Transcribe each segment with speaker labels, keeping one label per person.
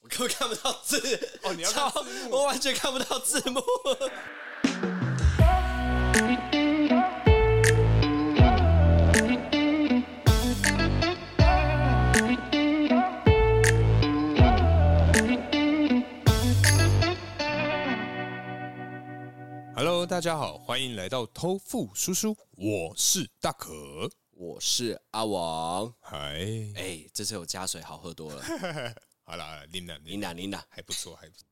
Speaker 1: 我根本看不到字。
Speaker 2: 哦你要看
Speaker 1: 超
Speaker 2: 字幕
Speaker 1: 我完全看不到字幕。
Speaker 2: Hello，大家好，欢迎来到偷富叔叔，我是大可。
Speaker 1: 我是阿王。
Speaker 2: 嗨，
Speaker 1: 哎、这次我加水好喝 多了。
Speaker 2: 好啦，琳娜，
Speaker 1: 琳
Speaker 2: 琳娜
Speaker 1: 娜，琳娜，
Speaker 2: 还不错，还不错。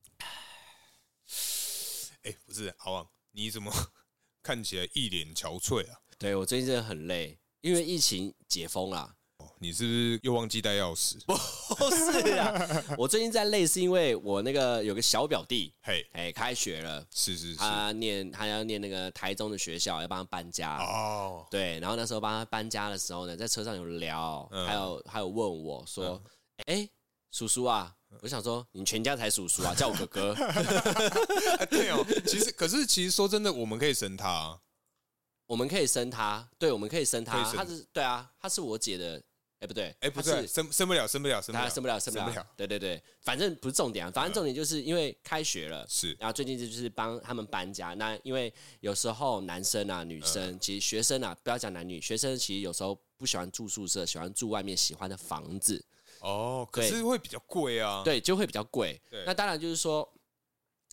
Speaker 2: 哎、不是阿旺，你怎么 看起来一脸憔悴啊？
Speaker 1: 对我最近真的很累，因为疫情解封啊啦。
Speaker 2: 哦，你是不是又忘记带钥匙？
Speaker 1: 不哦是啊， 我最近在累是因为我那个有个小表弟，
Speaker 2: 嘿，
Speaker 1: 哎、开学了，
Speaker 2: 是是是，
Speaker 1: 他念他要念那个台中的学校，要帮他搬家。
Speaker 2: 哦，
Speaker 1: 对，然后那时候帮他搬家的时候呢，在车上有聊，
Speaker 2: 嗯
Speaker 1: 还有还有问我说：“哎、叔叔啊，我想说你全家才叔叔啊，叫我哥 哥。
Speaker 2: 哎对哦，其实 可是其实说真的，我们可以生他啊、
Speaker 1: 我们可以生他，对，我们可以生
Speaker 2: 可
Speaker 1: 他
Speaker 2: 以，生
Speaker 1: 他是对啊，他是我姐的，哎、不对，
Speaker 2: 哎、不
Speaker 1: 他
Speaker 2: 对，生生不了，生不了，生不
Speaker 1: 他
Speaker 2: 了，嗯
Speaker 1: 生不了，生不了，对对对，反正不是重点啊，反正重点就是因为开学了。”
Speaker 2: 是
Speaker 1: 然后最近就是帮他们搬家。那因为有时候男生啊、女生，
Speaker 2: 嗯
Speaker 1: 其实学生啊，不要讲男女，学生其实有时候不喜欢住宿舍，喜欢住外面喜欢的房子，
Speaker 2: 哦，可
Speaker 1: 对
Speaker 2: 是会比较贵啊。
Speaker 1: 对，就会比较贵
Speaker 2: 对。
Speaker 1: 那当然就是说，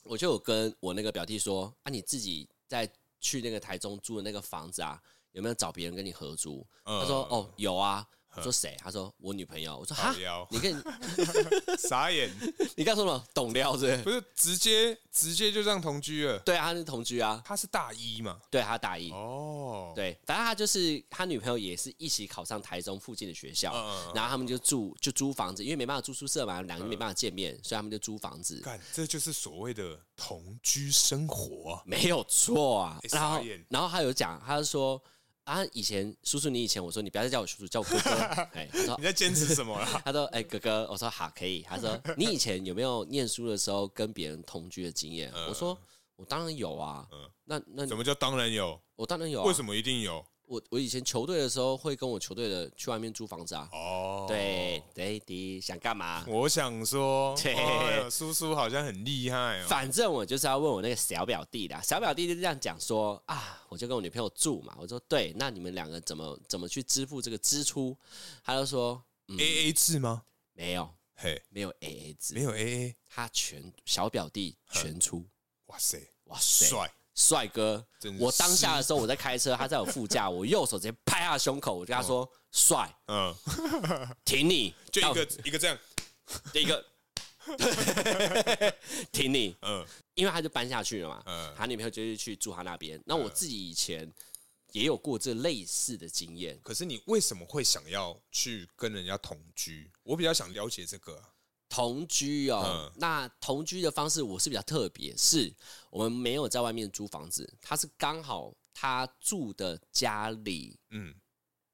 Speaker 1: 我就有跟我那个表弟说啊，你自己在去那个台中租的那个房子啊，有没有找别人跟你合租？
Speaker 2: 嗯，
Speaker 1: 他说哦，有啊。我说谁？他说我女朋友。我说哈
Speaker 2: 好，腰，
Speaker 1: 你跟你
Speaker 2: 傻眼，
Speaker 1: 你刚说什么？懂料是不 是？
Speaker 2: 不是直接直接就这样同居了。
Speaker 1: 对啊，他是同居啊，
Speaker 2: 他是大一嘛？
Speaker 1: 对他大一。
Speaker 2: 哦，
Speaker 1: 对，反正他就是他女朋友也是一起考上台中附近的学校，
Speaker 2: 嗯嗯嗯
Speaker 1: 然后他们就住就租房子，因为没办法住宿舍嘛，两个人没办法见面，所以他们就租房子，
Speaker 2: 干，这就是所谓的同居生活啊。
Speaker 1: 没有错啊。
Speaker 2: 欸
Speaker 1: 然后
Speaker 2: 傻眼
Speaker 1: 然后他有讲，他就说啊，以前叔叔你以前我说你不要再叫我叔叔，叫我哥 哥。哎，他说
Speaker 2: 你在坚持什么啦？
Speaker 1: 他说哎、哥哥，我说好可以。他 说你以前有没有念书的时候跟别人同居的经验？我说我当然有啊。
Speaker 2: 嗯
Speaker 1: 那那
Speaker 2: 怎么叫当然有？
Speaker 1: 我当然有、啊。
Speaker 2: 为什么一定有？
Speaker 1: 我我以前球队的时候会跟我球队的去外面租房子啊。
Speaker 2: 哦，，
Speaker 1: 对对的，想干 嘛？
Speaker 2: 我想 说，
Speaker 1: 对
Speaker 2: 哎呦叔叔好像很厉害哦。
Speaker 1: 反正我就是要问我那个小表弟的，小表弟就这样讲说啊，我就跟我女朋友住嘛，我说对，那你们两个怎么怎么去支付这个支出？他就说
Speaker 2: A A 制吗？
Speaker 1: 没有，
Speaker 2: 嘿，
Speaker 1: 没有 A A 制，
Speaker 2: 没有 A A，
Speaker 1: 他全小表弟全 出，
Speaker 2: 哇塞，
Speaker 1: 哇塞，
Speaker 2: 帅，
Speaker 1: 帅哥
Speaker 2: 真！是
Speaker 1: 我当下的时候我在开车，他在我副 驾，我右手直接拍他的胸口，我就跟他说帅，
Speaker 2: 嗯，
Speaker 1: 挺你，
Speaker 2: 哦就一个
Speaker 1: 到
Speaker 2: 一个这样，
Speaker 1: 一个，挺你，
Speaker 2: 嗯
Speaker 1: 因为他就搬下去了嘛，
Speaker 2: 嗯
Speaker 1: 他女朋友就是去住他那边。那我自己以前也有过这类似的经验，
Speaker 2: 可是你为什么会想要去跟人家同居？我比较想了解这个啊、
Speaker 1: 同居哦。
Speaker 2: 嗯
Speaker 1: 那同居的方式我是比较特别，是我们没有在外面租房子，他是刚好他住的家里，
Speaker 2: 嗯，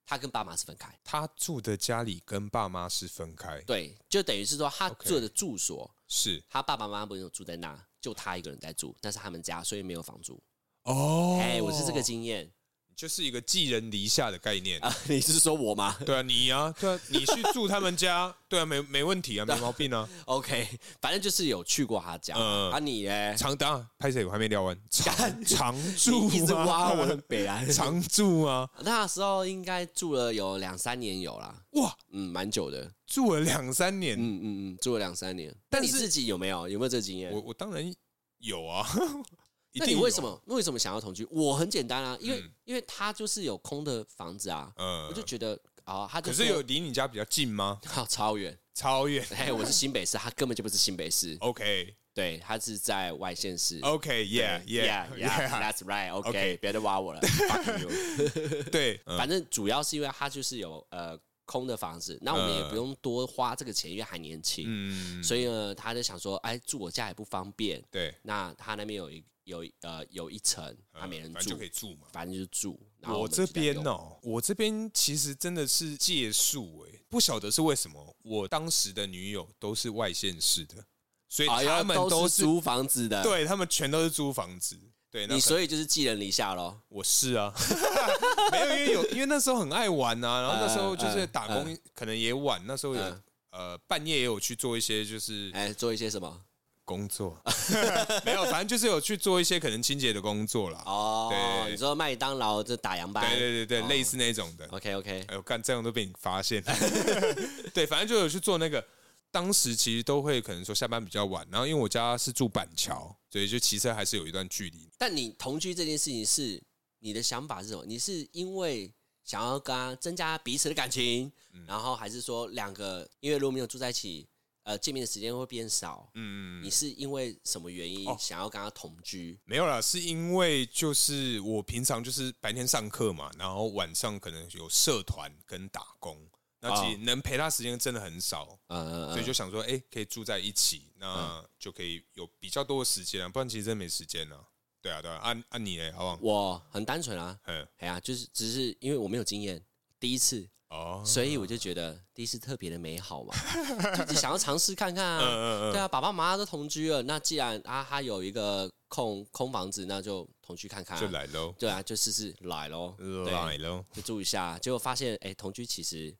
Speaker 1: 他跟爸妈是分开，
Speaker 2: 他住的家里跟爸妈是分开，
Speaker 1: 对，就等于是说他
Speaker 2: OK
Speaker 1: 住的住所，
Speaker 2: 是
Speaker 1: 他爸爸妈妈不用住在那，就他一个人在住，但是他们家所以没有房租。
Speaker 2: 哦
Speaker 1: 哎，我是这个经验
Speaker 2: 就是一个寄人篱下的概念。
Speaker 1: 啊，你是说我吗？
Speaker 2: 对啊，你啊，对啊，你去住他们家，对啊，没没问题啊，没毛病啊。
Speaker 1: OK，反正就是有去过他家、
Speaker 2: 嗯
Speaker 1: 啊，你嘞？
Speaker 2: 常当然，拍谁我还没聊完，常常住
Speaker 1: 你一直挖我很
Speaker 2: 啊，。
Speaker 1: 北兰
Speaker 2: 常住啊，
Speaker 1: 那时候应该住了有两三年有啦，
Speaker 2: 哇，
Speaker 1: 嗯，蛮久的，
Speaker 2: 住了两三年，
Speaker 1: 嗯嗯嗯，住了两三年。
Speaker 2: 但
Speaker 1: 但你
Speaker 2: 是
Speaker 1: 自己有没有有没有这个经验
Speaker 2: 我？我当然有啊，一
Speaker 1: 那
Speaker 2: 定
Speaker 1: 你
Speaker 2: 有啊
Speaker 1: 为什？么为什么想要同居？我很简单啊，因为、因为他就是有空的房子啊，
Speaker 2: 嗯
Speaker 1: 我就觉得啊，他就
Speaker 2: 可是有离你家比较近吗？
Speaker 1: 好超远，
Speaker 2: 超远。
Speaker 1: 哎， 我是新北市，他根本就不是新北市，
Speaker 2: OK
Speaker 1: 对他是在外县市。
Speaker 2: OK Oh, Yeah Yeah Yeah，
Speaker 1: yeah，that's right。
Speaker 2: OK
Speaker 1: OK，别再挖我 了，fuck you。
Speaker 2: 对，嗯
Speaker 1: 反正主要是因为它就是有呃空的房子，那我们也
Speaker 2: 嗯
Speaker 1: 不用多花这个钱，因为还年轻，
Speaker 2: 嗯，
Speaker 1: 所以呢，他就想说，哎，住我家也不方便。
Speaker 2: 对，
Speaker 1: 那他那边有一有一呃有一层，他没人
Speaker 2: 嗯反
Speaker 1: 住
Speaker 2: 正就可，以住嘛。
Speaker 1: 反正就是住。然后
Speaker 2: 我
Speaker 1: 们就
Speaker 2: 这
Speaker 1: 在
Speaker 2: 边
Speaker 1: 用，
Speaker 2: 哦，我这边其实真的是借宿哎、不晓得是为什么，我当时的女友都是外县市的，所以
Speaker 1: 哎
Speaker 2: 他
Speaker 1: 呀，
Speaker 2: 们
Speaker 1: 都
Speaker 2: 是、
Speaker 1: 租房子的，，
Speaker 2: 对他们全都是租房子。对，那
Speaker 1: 你
Speaker 2: 可能
Speaker 1: 所以就是寄人篱下喽。
Speaker 2: 我是啊，
Speaker 1: 嗯
Speaker 2: 没有因为有因为那时候很爱玩啊，然后那时候就是打工可能也晚，那时候有呃半夜也有去做一些就是
Speaker 1: 哎，做一些什么？
Speaker 2: 工作， 没有，反正就是有去做一些可能清洁的工作啦。
Speaker 1: 哦，
Speaker 2: 对
Speaker 1: 你说麦当劳这打烊班
Speaker 2: 对对对对，
Speaker 1: 哦
Speaker 2: 类似那种的。
Speaker 1: ？OK OK，
Speaker 2: 哎呦，干这样都被你发现。 对，反正就有去做那个。当时其实都会可能说下班比较晚，然后因为我家是住板桥，所以就骑车还是有一段距离。
Speaker 1: 但你同居这件事情是你的想法是什么？你是因为想要跟他增加彼此的感情，
Speaker 2: 嗯
Speaker 1: 然后还是说两个因为如果没有住在一起，呃，见面的时间会变少？
Speaker 2: 嗯，
Speaker 1: 你是因为什么原因
Speaker 2: 哦
Speaker 1: 想要跟他同居？
Speaker 2: 没有啦，是因为就是我平常就是白天上课嘛，然后晚上可能有社团跟打工，那其实能陪他时间真的很少，
Speaker 1: 呃，
Speaker 2: 所以就想说，哎、可以住在一起，那就可以有比较多的时间啊，不然其实真的没时间啊。对啊，对啊，按、按、你嘞，好不好？
Speaker 1: 我很单纯啊，
Speaker 2: 嗯，
Speaker 1: 哎呀、就是只是因为我没有经验，第一次，
Speaker 2: 哦，
Speaker 1: 所以我就觉得第一次特别的美好嘛，就是想要尝试看看啊。
Speaker 2: 嗯嗯
Speaker 1: 对啊，爸爸妈妈都同居了，那既然啊他有一个空空房子，那就同居看看、
Speaker 2: 嗯，
Speaker 1: 啊。
Speaker 2: 就来喽，
Speaker 1: 对啊，就试试来咯，对，
Speaker 2: 来喽。
Speaker 1: 就住一下，结果发现哎、同居其实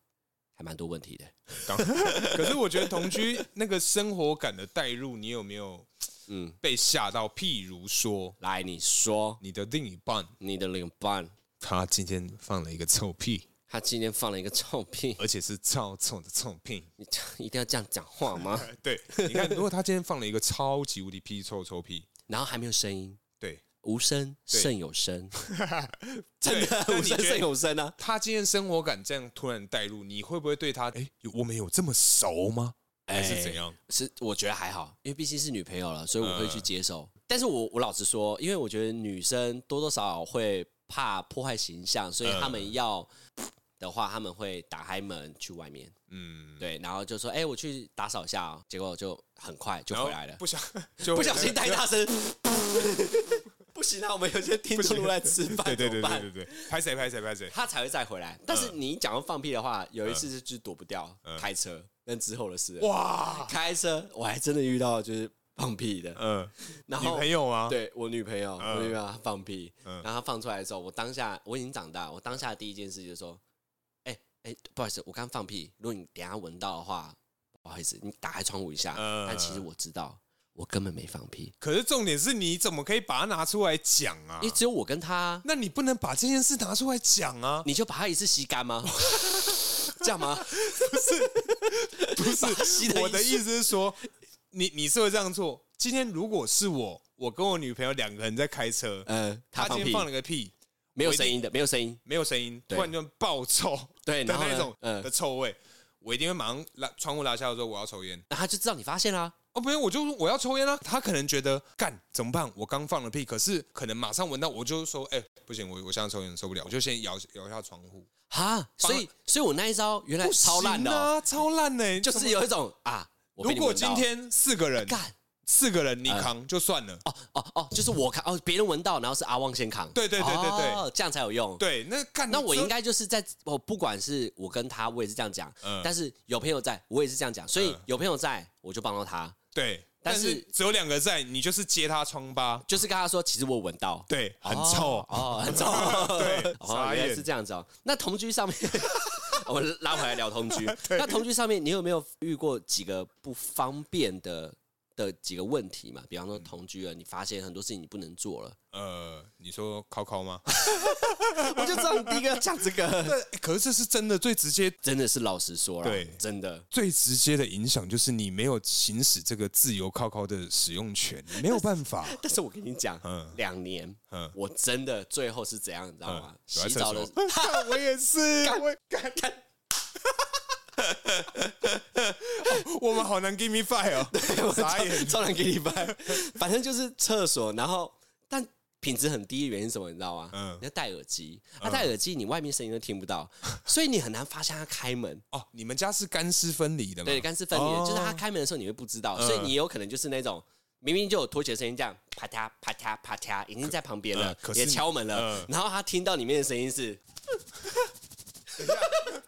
Speaker 1: 还蛮多问题的。
Speaker 2: 当 可是我觉得同居那个生活感的带入，你有没有
Speaker 1: 嗯，
Speaker 2: 被吓到？譬如说，
Speaker 1: 来你说
Speaker 2: 你的另一半
Speaker 1: 你的领班
Speaker 2: 他今天放了一个臭屁，
Speaker 1: 他今天放了一个臭屁，
Speaker 2: 而且是超臭的臭屁。
Speaker 1: 你这样一定要这样讲话吗？
Speaker 2: 对，你看，如果他今天放了一个超级无敌屁臭臭屁，
Speaker 1: 然后还没有声音，
Speaker 2: 对，
Speaker 1: 无声
Speaker 2: 对
Speaker 1: 胜有声，
Speaker 2: 真
Speaker 1: 无声胜有声啊！
Speaker 2: 他今天生活感这样突然带入，你会不会对他？哎、有我们有这么熟吗？
Speaker 1: 哎
Speaker 2: 还是怎样？
Speaker 1: 是我觉得还好，因为毕竟是女朋友了，所以我会去
Speaker 2: 嗯
Speaker 1: 接受。但是我我老实说，因为我觉得女生多多少少会怕破坏形象，所以
Speaker 2: 嗯
Speaker 1: 他们要。的话，他们会打开门去外面，
Speaker 2: 嗯，
Speaker 1: 对，然后就说：“哎、我去打扫一下、哦。”结果就很快就
Speaker 2: 然后
Speaker 1: 回来了，
Speaker 2: 不小就
Speaker 1: 不小心太大 声，不行啊！我们有些听众都在吃饭，
Speaker 2: 对对
Speaker 1: 怎么
Speaker 2: 对对
Speaker 1: 办
Speaker 2: 对对，对拍谁拍谁拍谁，
Speaker 1: 他才会再回来。但是你讲到放屁的话，有一次是就是躲不掉，
Speaker 2: 嗯
Speaker 1: 开车，那之后的事。
Speaker 2: 哇，
Speaker 1: 开车我还真的遇到就是放屁的，
Speaker 2: 嗯、
Speaker 1: 然
Speaker 2: 女
Speaker 1: 后
Speaker 2: 朋友啊，
Speaker 1: 对我女朋友，
Speaker 2: 嗯
Speaker 1: 我女朋友她放屁，
Speaker 2: 嗯
Speaker 1: 然后她放出来的时候，我当下我已经长大，我当下第一件事就是说，哎、哎、不好意思，我刚放屁，如果你等一下闻到的话，不好意思，你打开窗户一下。
Speaker 2: 嗯
Speaker 1: 但其实我知道，我根本没放屁，
Speaker 2: 可是重点是你怎么可以把它拿出来讲啊
Speaker 1: 因？为只有我跟她，
Speaker 2: 那你不能把这件事拿出来讲啊！
Speaker 1: 你就把它一次吸干 吗？这样吗？
Speaker 2: 不是
Speaker 1: 把它吸得
Speaker 2: 我的
Speaker 1: 一
Speaker 2: 意思是说，你你是会这样做。今天如果是我，我跟我女朋友两个人在开车，
Speaker 1: 呃，她
Speaker 2: 她
Speaker 1: 放
Speaker 2: 今
Speaker 1: 屁
Speaker 2: 天放了个屁，
Speaker 1: 没有
Speaker 2: 我一定
Speaker 1: 声音的，没有声音，
Speaker 2: 没有声音，
Speaker 1: 对
Speaker 2: 突然就爆臭
Speaker 1: 对，
Speaker 2: 的
Speaker 1: 然后
Speaker 2: 那
Speaker 1: 呢
Speaker 2: 种
Speaker 1: 嗯
Speaker 2: 的，臭味，我一定会马上拉窗户拉下来说我要抽烟。
Speaker 1: 那她就知道你发现啦、
Speaker 2: 哦，不用，我就说我要抽烟啊。他可能觉得干怎么办？我刚放了屁，可是可能马上闻到，我就说哎、不行，我我现在抽烟受不了，我就先摇摇一下窗户。
Speaker 1: 哈，所以所以我那一招原来
Speaker 2: 不
Speaker 1: 超烂的
Speaker 2: 行
Speaker 1: 哦、
Speaker 2: 啊，超烂呢、
Speaker 1: 就是有一种啊，我被
Speaker 2: 如
Speaker 1: 你
Speaker 2: 果
Speaker 1: 闻
Speaker 2: 今
Speaker 1: 到哎
Speaker 2: 天四个人，
Speaker 1: 干。嗯
Speaker 2: 四个人你扛就算了，
Speaker 1: 哦哦哦，就是我扛哦，别人闻到，然后是阿旺先扛。
Speaker 2: 对对对对对
Speaker 1: 哦，这样才有用。，
Speaker 2: 对，那干
Speaker 1: 那我
Speaker 2: 这
Speaker 1: 应该就是在我不管是我跟他，我也是这样讲。
Speaker 2: 嗯
Speaker 1: 但是有朋友在，我也是这样讲，所以
Speaker 2: 嗯
Speaker 1: 有朋友在，我就帮到他，
Speaker 2: 对，
Speaker 1: 但
Speaker 2: 但是
Speaker 1: 是
Speaker 2: 只有两个在，你就是揭他疮疤，
Speaker 1: 就是跟他说，其实我有闻到，
Speaker 2: 对，很
Speaker 1: 哦
Speaker 2: 臭，
Speaker 1: 哦，很臭，
Speaker 2: 对
Speaker 1: 哦，
Speaker 2: 傻
Speaker 1: 原来
Speaker 2: 眼
Speaker 1: 是这样子哦。那同居上面， 我们拉回来聊同 居。那同居上面，你有没有遇过几个不方便的的几个问题嘛？比方说同居了，你发现很多事情你不能做了，
Speaker 2: 呃，你说考考吗？
Speaker 1: 我就知道你第一个要讲这个。
Speaker 2: 对，可是这是真的最直接。
Speaker 1: 真的是老实说了，
Speaker 2: 对
Speaker 1: 真的
Speaker 2: 最直接的影响就是你没有行使这个自由靠靠的使用权，你没有办法。
Speaker 1: 但是我跟你讲
Speaker 2: 嗯，
Speaker 1: 两、年，
Speaker 2: 嗯
Speaker 1: 我真的最后是怎样，你知道吗？
Speaker 2: 嗯躲在
Speaker 1: 洗
Speaker 2: 厕
Speaker 1: 澡的
Speaker 2: 所，我也是，我干 干。哦我们好难 give me five 哦，傻眼。
Speaker 1: 照常给你办，反正就是厕所，然后但品质很低的原因是什么，你知道吗？
Speaker 2: 嗯
Speaker 1: 你要戴耳机，啊，戴耳机你外面声音都听不到，所以你很难发现他开门。
Speaker 2: 哦，你们家是干湿分离的吗？
Speaker 1: 对，干湿分离的，
Speaker 2: 哦嗯
Speaker 1: 就是他开门的时候你会不知道，所以你有可能就是那种。明明就有拖鞋声音，这样啪嗒啪嗒啪嗒，已经在旁边了
Speaker 2: 呃，可是
Speaker 1: 也敲门了，
Speaker 2: 呃
Speaker 1: 然后他听到里面的声音是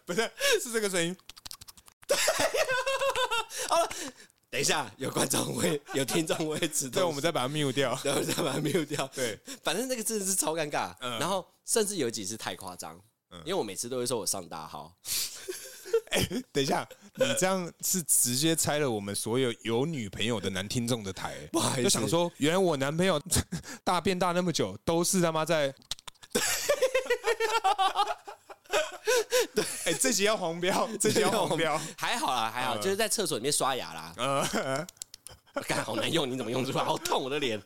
Speaker 2: 不是是这个声音。
Speaker 1: 等一下，有观众会有听众会知道，
Speaker 2: 对，我们再把它 mute 掉。
Speaker 1: 然后再把它 mute 掉。
Speaker 2: 对，
Speaker 1: 反正那个真的是超尴尬。
Speaker 2: 嗯
Speaker 1: 然后甚至有几次太夸张，因为我每次都会说我上大号，
Speaker 2: 等一下，你这样是直接拆了我们所有有女朋友的男听众的台，
Speaker 1: 不好意思
Speaker 2: 就想说，原来我男朋友 大便大那么久，都是他 妈在。 哎、这集要黄标，这集要黄标。
Speaker 1: 还好啦，还好，
Speaker 2: 嗯
Speaker 1: 就是在厕所里面刷牙 啦。
Speaker 2: 呃，
Speaker 1: 干好难用，你怎么用出来？好痛我的脸。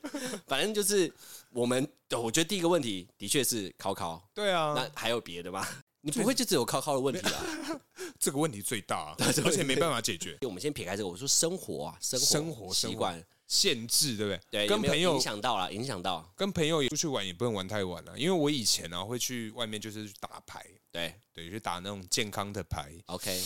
Speaker 1: 反正就是我们，我觉得第一个问题的确是考考，
Speaker 2: 对啊
Speaker 1: 那，还有别的吗？你不会就只有考考的问题 吧？
Speaker 2: 这个问题最大、啊 而且没办法解决，
Speaker 1: 我们先撇开这个，我说生活啊，生活
Speaker 2: 生活
Speaker 1: 习惯，
Speaker 2: 限制对不对？
Speaker 1: 对，有
Speaker 2: 跟
Speaker 1: 没有
Speaker 2: 朋友
Speaker 1: 影响到了，影响到，
Speaker 2: 跟朋友出去玩也不能玩太晚了、因为我以前啊会去外面就是去打牌，
Speaker 1: 对
Speaker 2: 对，去打那种健康的牌，
Speaker 1: ，OK，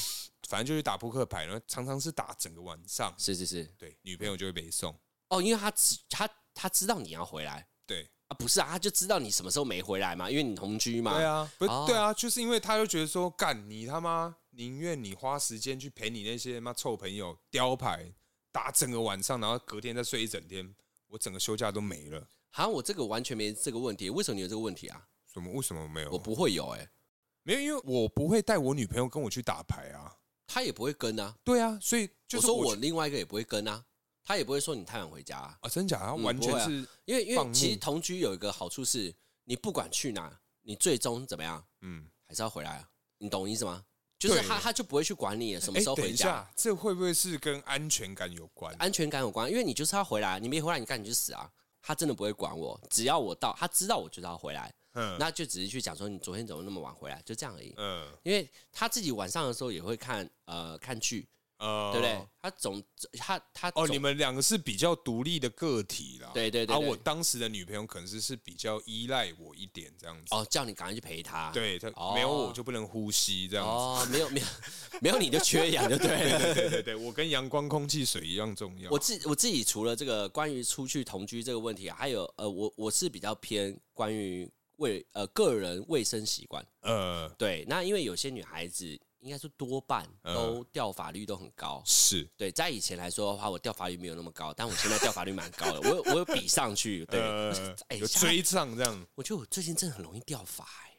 Speaker 2: 反正就是打扑克牌，然后常常是打整个晚上，
Speaker 1: 是是是，
Speaker 2: 对，女朋友就会被送，
Speaker 1: 哦，因为他知他他知道你要回来
Speaker 2: 对，
Speaker 1: 啊，不是啊，他就知道你什么时候没回来嘛，因为你同居嘛，
Speaker 2: 对啊，不是
Speaker 1: 哦
Speaker 2: 对啊，就是因为他就觉得说，干你他妈宁愿你花时间去陪你那些妈臭朋友雕牌打整个晚上，然后隔天再睡一整天，我整个休假都没了，
Speaker 1: 好像我这个完全没这个问题，为什么你有这个问题啊？
Speaker 2: 什么为什么没有？
Speaker 1: 我不会有哎、
Speaker 2: 没有，因为我不会带我女朋友跟我去打牌啊，
Speaker 1: 他也不会跟啊，
Speaker 2: 对啊，所以就
Speaker 1: 我
Speaker 2: 是
Speaker 1: 说我另外一个也不会跟啊，他也不会说你太晚回家、啊，
Speaker 2: 啊，真假啊，
Speaker 1: 嗯
Speaker 2: 完全
Speaker 1: 不会啊
Speaker 2: 是
Speaker 1: 因为因
Speaker 2: 放
Speaker 1: 为
Speaker 2: 牧
Speaker 1: 其实同居有一个好处是，你不管去哪，你最终怎么样
Speaker 2: 嗯，
Speaker 1: 还是要回来啊，你懂我意思吗？就是
Speaker 2: 对啊
Speaker 1: 他他就不会去管你什么
Speaker 2: 哎，
Speaker 1: 时候
Speaker 2: 等
Speaker 1: 回
Speaker 2: 一
Speaker 1: 家，啊
Speaker 2: 下，这会不会是跟安全感有关？
Speaker 1: 安全感有关，因为你就是要回来，你没回来你赶紧去死啊。他真的不会管我，只要我到，他知道我就是要回来，
Speaker 2: 嗯
Speaker 1: 那就只是去讲说你昨天怎么那么晚回来，就这样而已。
Speaker 2: 嗯
Speaker 1: 因为他自己晚上的时候也会看呃看剧，
Speaker 2: 呃
Speaker 1: 对不对？？他总他他
Speaker 2: 哦，
Speaker 1: 总
Speaker 2: 你们两个是比较独立的个体啦。
Speaker 1: 对对对
Speaker 2: 啊，
Speaker 1: 对
Speaker 2: 我当时的女朋友可能是是比较依赖我一点这样子。
Speaker 1: 哦叫你赶快去陪他，
Speaker 2: 对，她
Speaker 1: 哦
Speaker 2: 没有我就不能呼吸这样子。
Speaker 1: 哦，没有没有 没有你就缺氧就对了。
Speaker 2: 对对对对，我跟阳光、空气、水一样重要。
Speaker 1: 我自我自己除了这个关于出去同居这个问题啊，还有呃，我我是比较偏关于卫呃个人卫生习惯。
Speaker 2: 呃
Speaker 1: 对，那因为有些女孩子应该说多半
Speaker 2: 嗯
Speaker 1: 都掉发率都很高。
Speaker 2: 是
Speaker 1: 对，在以前来说的话，我掉发率没有那么高，但我现在掉发率蛮高的，我有我有比上去。对，我想
Speaker 2: 呃
Speaker 1: 哎
Speaker 2: 有
Speaker 1: 下
Speaker 2: 追上这样
Speaker 1: 我觉得我最近真的很容易掉发、哎，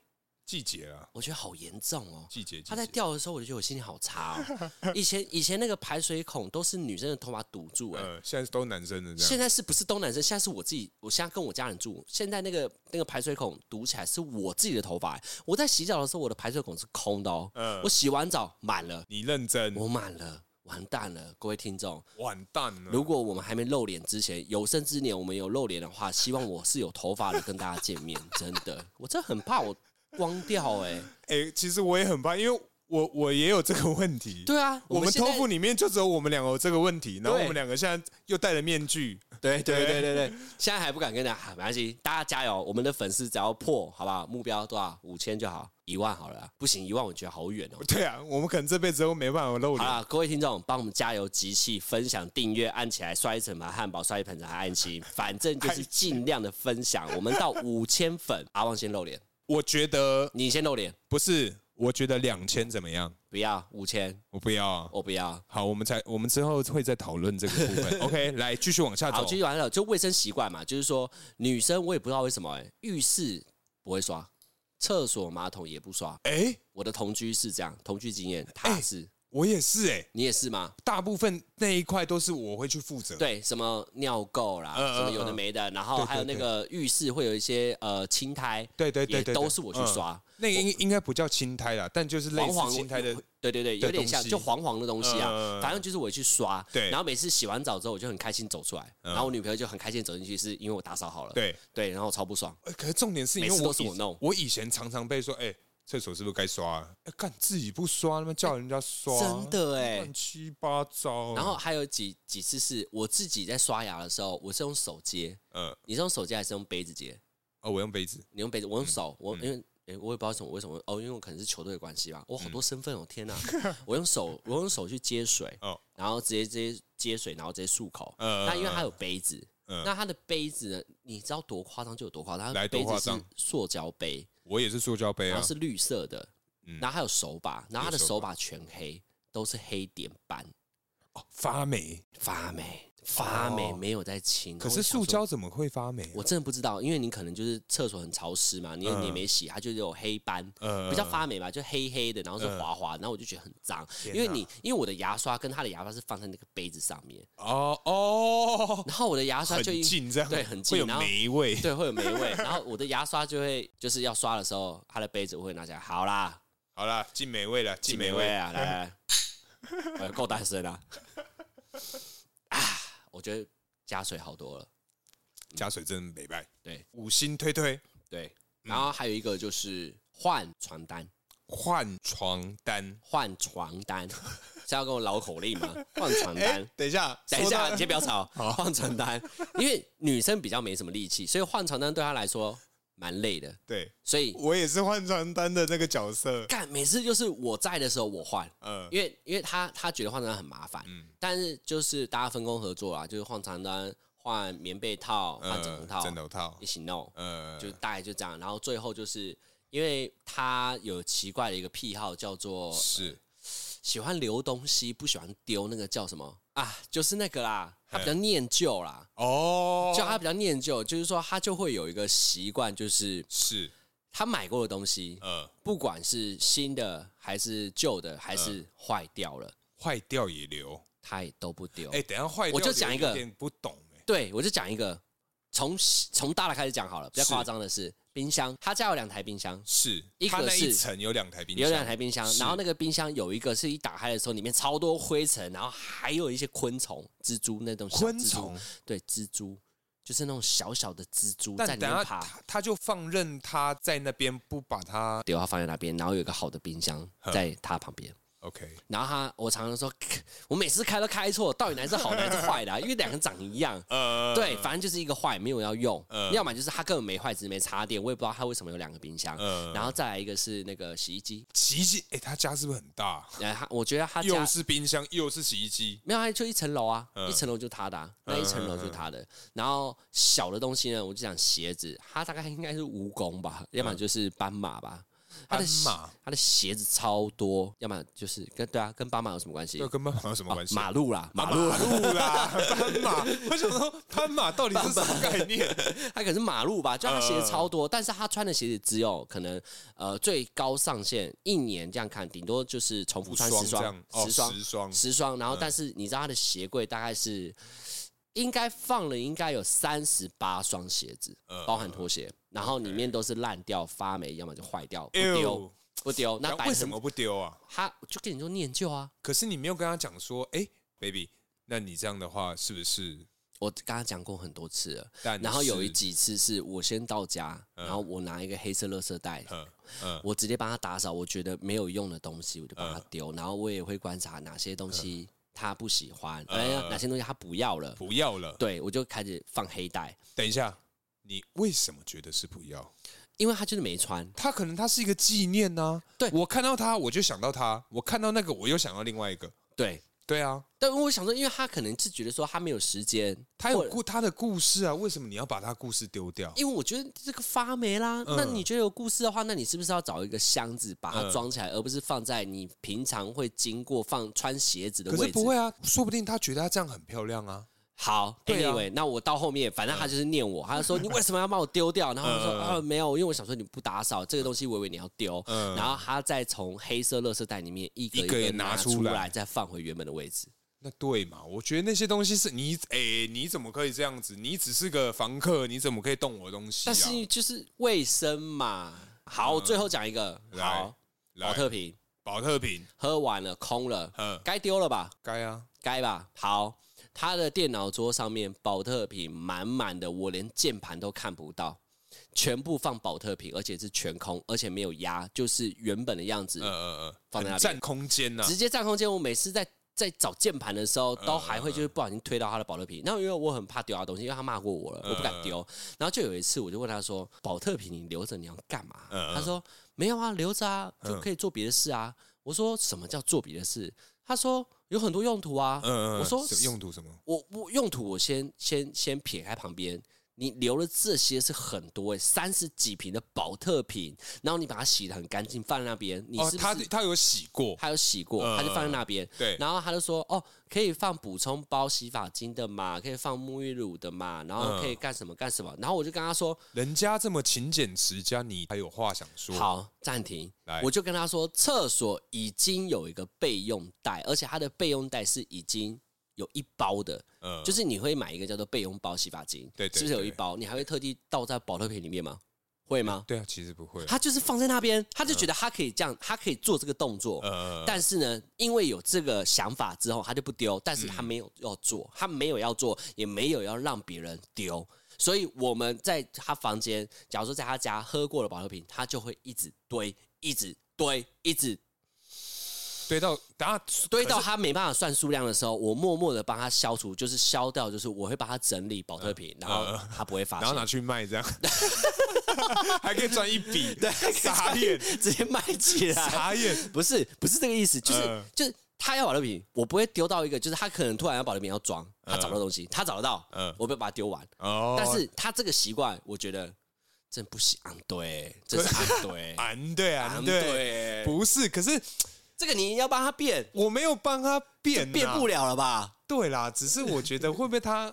Speaker 2: 季节啊，
Speaker 1: 我觉得好严重哦。
Speaker 2: 季节。
Speaker 1: 它在
Speaker 2: 季节
Speaker 1: 掉的时候，我就觉得我心情好差哦。以前以前那个排水孔都是女生的头发堵住、哎、
Speaker 2: 呃，现在都男生的这
Speaker 1: 现
Speaker 2: 样。
Speaker 1: 在是不是都男生？现在是我自己，我现在跟我家人住，现在那个那个排水孔堵起来是我自己的头发、哎我在洗澡的时候，我的排水孔是空的哦。
Speaker 2: 呃
Speaker 1: 我，洗完澡满了，
Speaker 2: 你认真，
Speaker 1: 我满了，完蛋了，各位听众。
Speaker 2: 完蛋了。
Speaker 1: 如果我们还没露脸之前，有生之年我们有露脸的话，希望我是有头发的跟大家见面。真的，我真的很怕我光掉哎、
Speaker 2: 哎、其实我也很怕，因为我我也有这个问题。
Speaker 1: 对啊，
Speaker 2: 我们
Speaker 1: 现
Speaker 2: 偷
Speaker 1: 在
Speaker 2: 富里面就只有我们两个有这个问题，然后
Speaker 1: 对
Speaker 2: 我们两个现在又戴了面具，
Speaker 1: 对啊对对对对，现在还不敢跟大家，啊没关系，大家加油，我们的粉丝只要破，好不好？目标多少？五千就好，一万好了啦，不行一万我觉得好远哦。
Speaker 2: 对啊，我们可能这辈子都没办法露
Speaker 1: 好
Speaker 2: 脸。
Speaker 1: 啦，各位听众，帮我们加油集气，分享、订阅，按起来，刷一整盘汉堡，刷一盆茶爱心，反正就是尽量的分享。我们到五千 粉，阿旺先露脸，
Speaker 2: 我觉得
Speaker 1: 你先露脸，
Speaker 2: 不是，我觉得两千怎么样？
Speaker 1: 不要五千，
Speaker 2: 我不要、啊。
Speaker 1: 我不要。
Speaker 2: 好，我们才我们之后会再讨论这个部 分。OK，来继续往下
Speaker 1: 好，
Speaker 2: 走
Speaker 1: 继。续完了，就卫生习惯嘛，就是说女生我也不知道为什么、欸，浴室不会刷，厕所马桶也不刷，
Speaker 2: 哎、
Speaker 1: 我的同居是这样，同居经验他是、
Speaker 2: 我也是哎、
Speaker 1: 你也是吗？
Speaker 2: 大部分那一块都是我会去负责。
Speaker 1: 对，什么尿垢啦，
Speaker 2: 嗯
Speaker 1: 什么有的没的，然后
Speaker 2: 对对
Speaker 1: 还有那个浴室会有一些呃青苔，
Speaker 2: 对对对
Speaker 1: 也
Speaker 2: 对，
Speaker 1: 都是我去
Speaker 2: 嗯
Speaker 1: 刷，
Speaker 2: 那个应应该不叫青苔啦，但就是类
Speaker 1: 黄
Speaker 2: 似
Speaker 1: 黄
Speaker 2: 青苔的。
Speaker 1: 对对对，
Speaker 2: 的
Speaker 1: 有点像
Speaker 2: 东西
Speaker 1: 就黄黄的东西
Speaker 2: 嗯嗯
Speaker 1: 啊
Speaker 2: 嗯，
Speaker 1: 反正就是我去刷，
Speaker 2: 对嗯
Speaker 1: 然后每次洗完澡之后我就很开心走出来，然后我女朋友就很开心地走进去，是因为我打扫好了，
Speaker 2: 对，
Speaker 1: 对，然后我超不爽，
Speaker 2: 呃可是重点是因为
Speaker 1: 每次
Speaker 2: 我
Speaker 1: 都是
Speaker 2: 以
Speaker 1: 我弄
Speaker 2: 我以前常常被说，哎、厕所是不是该刷、啊？哎、干自己不刷，他妈叫人家刷，
Speaker 1: 哎真的哎
Speaker 2: 乱。七八糟。
Speaker 1: 然后，还有几几次是我自己在刷牙的时候，我是用手接，
Speaker 2: 呃，
Speaker 1: 你是用手接还是用杯子接？
Speaker 2: 哦，我用杯子，
Speaker 1: 你用杯子，我用手，我
Speaker 2: 嗯
Speaker 1: 因为诶我也不知道什么为什么哦，因为我可能是球队的关系吧，我
Speaker 2: 嗯
Speaker 1: 好多身份哦，天哪！ 我用手，我用手去接水
Speaker 2: 哦，
Speaker 1: 然后直接直接接水，然后直接漱口。
Speaker 2: 呃
Speaker 1: 那因为它有杯子，
Speaker 2: 嗯
Speaker 1: 那它的杯子呢，你知道多夸张就有多夸张，它
Speaker 2: 来
Speaker 1: 的
Speaker 2: 多
Speaker 1: 杯
Speaker 2: 夸
Speaker 1: 子
Speaker 2: 张
Speaker 1: 是塑胶杯，
Speaker 2: 我也是塑胶杯
Speaker 1: 然
Speaker 2: 啊嗯
Speaker 1: 后，是绿色的，然后还有手把，然后它的手把全黑，都是黑点斑。
Speaker 2: 哦发霉，
Speaker 1: 发霉，发霉
Speaker 2: 哦
Speaker 1: 没有在清。
Speaker 2: 可
Speaker 1: 然后
Speaker 2: 是
Speaker 1: 我想
Speaker 2: 塑
Speaker 1: 说
Speaker 2: 胶怎么会发霉啊？
Speaker 1: 我真的不知道，因为你可能就是厕所很潮湿嘛，你也
Speaker 2: 嗯
Speaker 1: 你也没洗，它就有黑斑，
Speaker 2: 呃
Speaker 1: 比较发霉吧，就黑黑的，然后是
Speaker 2: 嗯
Speaker 1: 滑滑，然后我就觉得很脏，
Speaker 2: 天
Speaker 1: 因为你因为我的牙刷跟他的牙刷是放在那个杯子上面，
Speaker 2: 哦哦，
Speaker 1: 然后我的牙刷
Speaker 2: 很
Speaker 1: 就一
Speaker 2: 近这样，
Speaker 1: 对很近
Speaker 2: 会有
Speaker 1: 然后
Speaker 2: 霉味。
Speaker 1: 对会有霉味，然后我的牙刷就会就是要刷的时候，他的杯子我会拿起来，好啦，
Speaker 2: 好啦，进霉味了，
Speaker 1: 进
Speaker 2: 进
Speaker 1: 霉
Speaker 2: 霉
Speaker 1: 味
Speaker 2: 味。
Speaker 1: 啊，来来，来 呃够大声啊，啊，我觉得加水好多了，
Speaker 2: 加水真没败，
Speaker 1: 对
Speaker 2: 五星推推
Speaker 1: 对，
Speaker 2: 嗯
Speaker 1: 然后还有一个就是换床单。
Speaker 2: 换床单。
Speaker 1: 换床单， 是要跟我绕口令 吗？换床单。
Speaker 2: 哎等一下，
Speaker 1: 等一
Speaker 2: 说
Speaker 1: 下，
Speaker 2: 到
Speaker 1: 你先不要吵。
Speaker 2: 好
Speaker 1: 换床单，因为女生比较没什么力气，所以换床单对她来说蛮累的。
Speaker 2: 对
Speaker 1: 所以
Speaker 2: 我也是换床单的那个角色。
Speaker 1: 干每次就是我在的时候我换，
Speaker 2: 呃，
Speaker 1: 因为因为她她觉得换床单很麻烦，
Speaker 2: 嗯，
Speaker 1: 但是就是大家分工合作啊，就是换床单、换棉被套、
Speaker 2: 嗯
Speaker 1: 换枕头套，
Speaker 2: 枕头套
Speaker 1: 一，起弄，
Speaker 2: 呃，
Speaker 1: 就大概就这样。然后最后就是因为她有奇怪的一个癖好，叫做
Speaker 2: 是
Speaker 1: 喜欢留东西，不喜欢丢，那个叫什么啊？就是那个啦，他
Speaker 2: 嘿
Speaker 1: 比较念旧啦，
Speaker 2: 哦，
Speaker 1: 就他比较念旧，就是说他就会有一个习惯，就是
Speaker 2: 是
Speaker 1: 他买过的东西，
Speaker 2: 呃，
Speaker 1: 不管是新的还是旧的，还是坏掉了，
Speaker 2: 坏掉也留。
Speaker 1: 他也都不丢。
Speaker 2: 哎，等一下坏掉，
Speaker 1: 我就讲一个
Speaker 2: 有点不懂哎，
Speaker 1: 对，我就讲一个，从从大的开始讲好了，比较
Speaker 2: 是
Speaker 1: 夸张的是冰箱，他家有两台冰箱。
Speaker 2: 是
Speaker 1: 一个
Speaker 2: 它那一
Speaker 1: 是
Speaker 2: 层有两台冰箱，
Speaker 1: 有两台冰箱，
Speaker 2: 是
Speaker 1: 然后那个冰箱有一个是一打开的时候，里面超多灰尘，然后还有一些昆虫、蜘蛛那种小
Speaker 2: 昆
Speaker 1: 蜘蛛
Speaker 2: 虫，
Speaker 1: 对，蜘蛛就是那种小小的蜘蛛在
Speaker 2: 但
Speaker 1: 里
Speaker 2: 等一下
Speaker 1: 面爬。
Speaker 2: 他他就放任它在那边不把它
Speaker 1: 对，它放在那边，然后有一个好的冰箱
Speaker 2: 哼
Speaker 1: 在它旁边。
Speaker 2: OK
Speaker 1: 然后他，我常常说，我每次开都开错，到底哪是好的还是坏的啊、因为两个长一样。
Speaker 2: 呃
Speaker 1: 对，反正就是一个坏，没有要用，
Speaker 2: 嗯
Speaker 1: 要么就是它根本没坏，只是没插电，我也不知道它为什么有两个冰箱。
Speaker 2: 呃
Speaker 1: 然后再来一个是那个洗衣机，
Speaker 2: 洗衣机哎他家是不是很大？
Speaker 1: 然后它我觉得他
Speaker 2: 又
Speaker 1: 家
Speaker 2: 是冰箱又是洗衣机，
Speaker 1: 没有，它就一层楼啊，
Speaker 2: 嗯
Speaker 1: 一层楼就他的、啊，那一层楼就他的。然后小的东西呢，我就讲鞋子，它大概应该是蜈蚣吧，要么就是斑马吧。它的
Speaker 2: 嗯斑马
Speaker 1: 鞋它的鞋子超多，要么就是跟对啊，跟斑马有什么关系
Speaker 2: 这？跟斑马有什么
Speaker 1: 啊
Speaker 2: 关系？
Speaker 1: 马路啦，马
Speaker 2: 啊
Speaker 1: 路，
Speaker 2: 马路啦，斑马，我想说斑马到底是什么概念？
Speaker 1: 它可能是马路
Speaker 2: 嗯
Speaker 1: 吧，就它鞋子超多，但是它穿的鞋子只有可能呃最高上限一年这样看，顶多就是重复穿十
Speaker 2: 这
Speaker 1: 双
Speaker 2: 样，哦，
Speaker 1: 十双
Speaker 2: 十双，
Speaker 1: 十双，
Speaker 2: 嗯
Speaker 1: 然后但是你知道他的鞋柜大概是应该放了应该有三十八双鞋子，
Speaker 2: 嗯
Speaker 1: 包含拖鞋，然后里面都是烂掉、发霉，要么就坏掉，不
Speaker 2: 哎呦
Speaker 1: 丢不丢。那
Speaker 2: 那
Speaker 1: 摆
Speaker 2: 为什
Speaker 1: 很
Speaker 2: 么不丢啊？
Speaker 1: 他就跟你说念旧啊？
Speaker 2: 可是你没有跟他讲说，哎，baby，那你这样的话是不是？
Speaker 1: 我刚刚讲过很多次了，
Speaker 2: 但嗯是
Speaker 1: 然后有一几次是我先到家，然后我拿一个黑色垃圾袋，
Speaker 2: 嗯嗯
Speaker 1: 我直接帮他打扫，我觉得没有用的东西我就把它丢，然后我也会观察哪些东西
Speaker 2: 嗯
Speaker 1: 他不喜欢，哎呀，哪些东西他不要了，
Speaker 2: 不要了。
Speaker 1: 对我就开始放黑袋，
Speaker 2: 等一下，你为什么觉得是不要？
Speaker 1: 因为他就是没穿，
Speaker 2: 他可能他是一个纪念呐、
Speaker 1: 对
Speaker 2: 我看到他我就想到他，我看到那个我又想到另外一个。
Speaker 1: 对。
Speaker 2: 对啊，
Speaker 1: 但我想说，因为他可能是觉得说他没有时间，
Speaker 2: 他有
Speaker 1: 或者
Speaker 2: 故他的故事啊，为什么你要把他故事丢掉？
Speaker 1: 因为我觉得这个发霉啦。
Speaker 2: 嗯
Speaker 1: 那你觉得有故事的话，那你是不是要找一个箱子把它
Speaker 2: 嗯
Speaker 1: 装起来，而不是放在你平常会经过放穿鞋子的
Speaker 2: 可
Speaker 1: 位置？
Speaker 2: 是不会啊，说不定他觉得他这样很漂亮啊。
Speaker 1: 好，
Speaker 2: 对啊
Speaker 1: anyway，那我到后面，反正他就是念我，他就说你为什么要把我丢掉？然后我说
Speaker 2: 嗯
Speaker 1: 啊没有，因为我想说你不打扫这个东西，我以为你要丢。
Speaker 2: 嗯
Speaker 1: 然后他再从黑色垃圾袋里面一个
Speaker 2: 一个
Speaker 1: 个
Speaker 2: 也拿
Speaker 1: 拿
Speaker 2: 出
Speaker 1: 出
Speaker 2: 来
Speaker 1: 来，再放回原本的位置。
Speaker 2: 那对嘛？我觉得那些东西是你，哎、你怎么可以这样子？你只是个房客，你怎么可以动我的东西、
Speaker 1: 但
Speaker 2: 啊？
Speaker 1: 是就是卫生嘛。好，最后讲一个，好，
Speaker 2: 嗯来
Speaker 1: 保特瓶
Speaker 2: 保特瓶，
Speaker 1: 喝完了，空了，
Speaker 2: 嗯，
Speaker 1: 该丢了吧？
Speaker 2: 该啊，
Speaker 1: 该吧？好，他的电脑桌上面保特瓶满满的，我连键盘都看不到，全部放保特瓶，而且是全空，而且没有压，就是原本的样子，
Speaker 2: 呃呃呃，
Speaker 1: 放在那边
Speaker 2: 很占空间啊呐、
Speaker 1: 直接占空间。我每次在在找键盘的时候，都还会就是不小心推到他的保特瓶。那因为我很怕丢他东西，因为他骂过我
Speaker 2: 嗯
Speaker 1: 了，我不敢丢。然后就有一次，我就问他说：“保特瓶你留着你要干嘛？”
Speaker 2: 嗯嗯嗯
Speaker 1: 他说：“没有啊，留着啊，就可以做别的事啊。”我说：“什么叫做别的事？”他说：“有很多用途啊。”
Speaker 2: 嗯嗯嗯
Speaker 1: 我说
Speaker 2: 什么用途什么？
Speaker 1: 我我用途我先先先撇开旁边，你留了这些是很多哎、三十几瓶的保特瓶，然后你把它洗的很干净，放在那边，你
Speaker 2: 哦
Speaker 1: 是，不
Speaker 2: 他
Speaker 1: 是？
Speaker 2: 他有洗过，
Speaker 1: 他有洗过，
Speaker 2: 呃
Speaker 1: 他就放在那边。
Speaker 2: 对
Speaker 1: 然后他就说：“哦，可以放补充包洗发精的嘛，可以放沐浴乳的嘛，然后可
Speaker 2: 嗯
Speaker 1: 以干什么干什么。”然后我就跟他说
Speaker 2: 人家这么勤俭持家，你还有话想：“说？
Speaker 1: 好，暂停。
Speaker 2: 来”
Speaker 1: 我就跟他说：“厕所已经有一个备用袋，而且它的备用袋是已经有一包的，
Speaker 2: 嗯，
Speaker 1: 就是你会买一个叫做备用包洗发精，
Speaker 2: 对对
Speaker 1: 是不是有
Speaker 2: 对
Speaker 1: 一包？你还会特地倒在保特瓶里面吗？会吗？
Speaker 2: 对啊，嗯其实不会，
Speaker 1: 他就是放在那边，他就觉得他可以这样，他可以做这个动作。
Speaker 2: 呃，
Speaker 1: 但是呢，因为有这个想法之后，他就不丢，但是他没有要做，他没有要做，也没有要让别人丢，所以我们在他房间，假如说在他家喝过了保特瓶，他就会一直堆，一直堆，一直
Speaker 2: 堆到等下
Speaker 1: 堆到他没办法算数量的时候，我默默的帮他消除，就是消掉，就是我会帮他整理保特瓶，然 后他不会发
Speaker 2: 嗯然后
Speaker 1: 现，
Speaker 2: 拿去卖，这样还可以赚一笔，对，傻 眼，
Speaker 1: 直接卖起来。
Speaker 2: 傻眼，
Speaker 1: 不是不是这个意思，就是、
Speaker 2: 嗯
Speaker 1: 就是他要保乐瓶，我不会丢到一个，就是他可能突然要保乐瓶要装，他找不到东西，他找得到，
Speaker 2: 嗯
Speaker 1: 我不会把它丢完。
Speaker 2: 哦，
Speaker 1: 但是他这个习惯，我觉得真不行，啊对，真是啊 对，
Speaker 2: 啊对啊
Speaker 1: 啊
Speaker 2: 对，
Speaker 1: 对，
Speaker 2: 不是，可是
Speaker 1: 这个你要帮他变，
Speaker 2: 我没有帮他变啊，
Speaker 1: 变不了了吧？
Speaker 2: 对啦，只是我觉得会不会他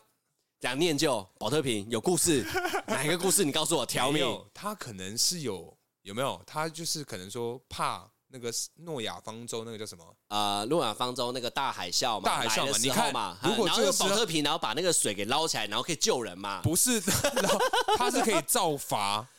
Speaker 1: 两念旧，保特瓶有故 事，哪一个故事？你告诉我，条
Speaker 2: 没
Speaker 1: 命。
Speaker 2: 有，他可能是有有没有？他就是可能说怕那个诺亚方舟那个叫什么？
Speaker 1: 呃，诺亚方舟那个大海啸嘛，
Speaker 2: 大海啸嘛
Speaker 1: 来的时
Speaker 2: 你看
Speaker 1: 候嘛，
Speaker 2: 如果
Speaker 1: 然后
Speaker 2: 这
Speaker 1: 用
Speaker 2: 个时
Speaker 1: 保
Speaker 2: 候
Speaker 1: 特瓶，然后把那个水给捞起来，然后可以救人嘛。
Speaker 2: 不是， 然后他是可以造筏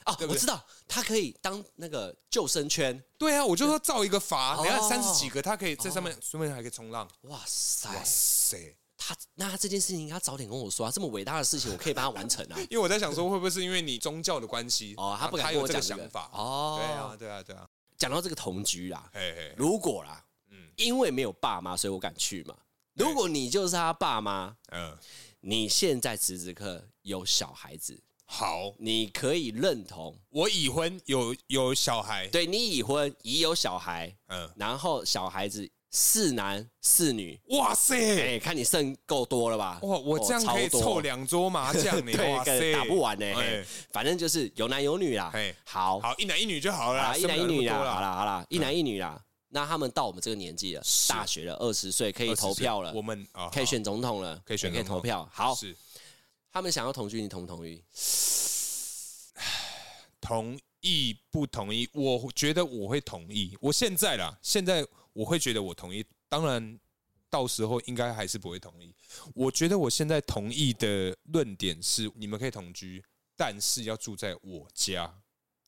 Speaker 1: 哦
Speaker 2: 对，不
Speaker 1: 我
Speaker 2: 对
Speaker 1: 知？道，它可以当那个救生圈。
Speaker 2: 对啊，我就说造一个筏，
Speaker 1: 哦
Speaker 2: 你看三十几个，他可以在上面，顺便还可以冲浪。
Speaker 1: 哇塞，
Speaker 2: 哇塞！。
Speaker 1: 他那他这件事情，他早点跟我说啊，这么伟大的事情，我可以帮他完成啊
Speaker 2: 因为我在想说，会不会是因为你宗教的关系？
Speaker 1: 哦，他不敢跟
Speaker 2: 有
Speaker 1: 我
Speaker 2: 这
Speaker 1: 讲这
Speaker 2: 个想
Speaker 1: 个
Speaker 2: 法。
Speaker 1: 哦，
Speaker 2: 对啊，，对啊，对啊。
Speaker 1: 讲到这个同居啦，
Speaker 2: 嘿嘿，
Speaker 1: 如果啦，
Speaker 2: 哎嗯哎
Speaker 1: 因为没有爸妈，所以我敢去嘛。
Speaker 2: 对
Speaker 1: 如果你就是他爸妈，
Speaker 2: 嗯，
Speaker 1: 你现在此时此刻有小孩子，
Speaker 2: 好，
Speaker 1: 你可以认同，
Speaker 2: 我已婚，有有小孩。
Speaker 1: 对你已婚，已有小孩，
Speaker 2: 嗯，
Speaker 1: 然后小孩子是男是女，
Speaker 2: 哇塞！
Speaker 1: 哎、看你剩够多了吧？哦
Speaker 2: 哇，我这样可以
Speaker 1: 超多
Speaker 2: 凑两桌 麻将呢，
Speaker 1: 对，
Speaker 2: 哇
Speaker 1: 可
Speaker 2: 塞，
Speaker 1: 能打不完呢、
Speaker 2: 哎
Speaker 1: 嘿反正就是有男有女啦
Speaker 2: 嘿。
Speaker 1: 好，
Speaker 2: 好，一男一女就好了
Speaker 1: 好
Speaker 2: 啦，
Speaker 1: 啦一男一
Speaker 2: 啊生不
Speaker 1: 女
Speaker 2: 了
Speaker 1: 啦，
Speaker 2: 那么多
Speaker 1: 好
Speaker 2: 啦，
Speaker 1: 啦好啦，一男一女啦。那他们到我们这个年纪了，大学了，二十岁可以
Speaker 2: 20
Speaker 1: 投票了
Speaker 2: 我，们啊，
Speaker 1: 可以选总统了，
Speaker 2: 可以选
Speaker 1: 也可以
Speaker 2: 总统
Speaker 1: 投票。
Speaker 2: 好
Speaker 1: 好，
Speaker 2: 是
Speaker 1: 他们想要同居，你同不同意？
Speaker 2: 同意不同意？我觉得我会同意，我现在啦，现在我会觉得我同意，当然到时候应该还是不会同意。我觉得我现在同意的论点是，你们可以同居，但是要住在我家，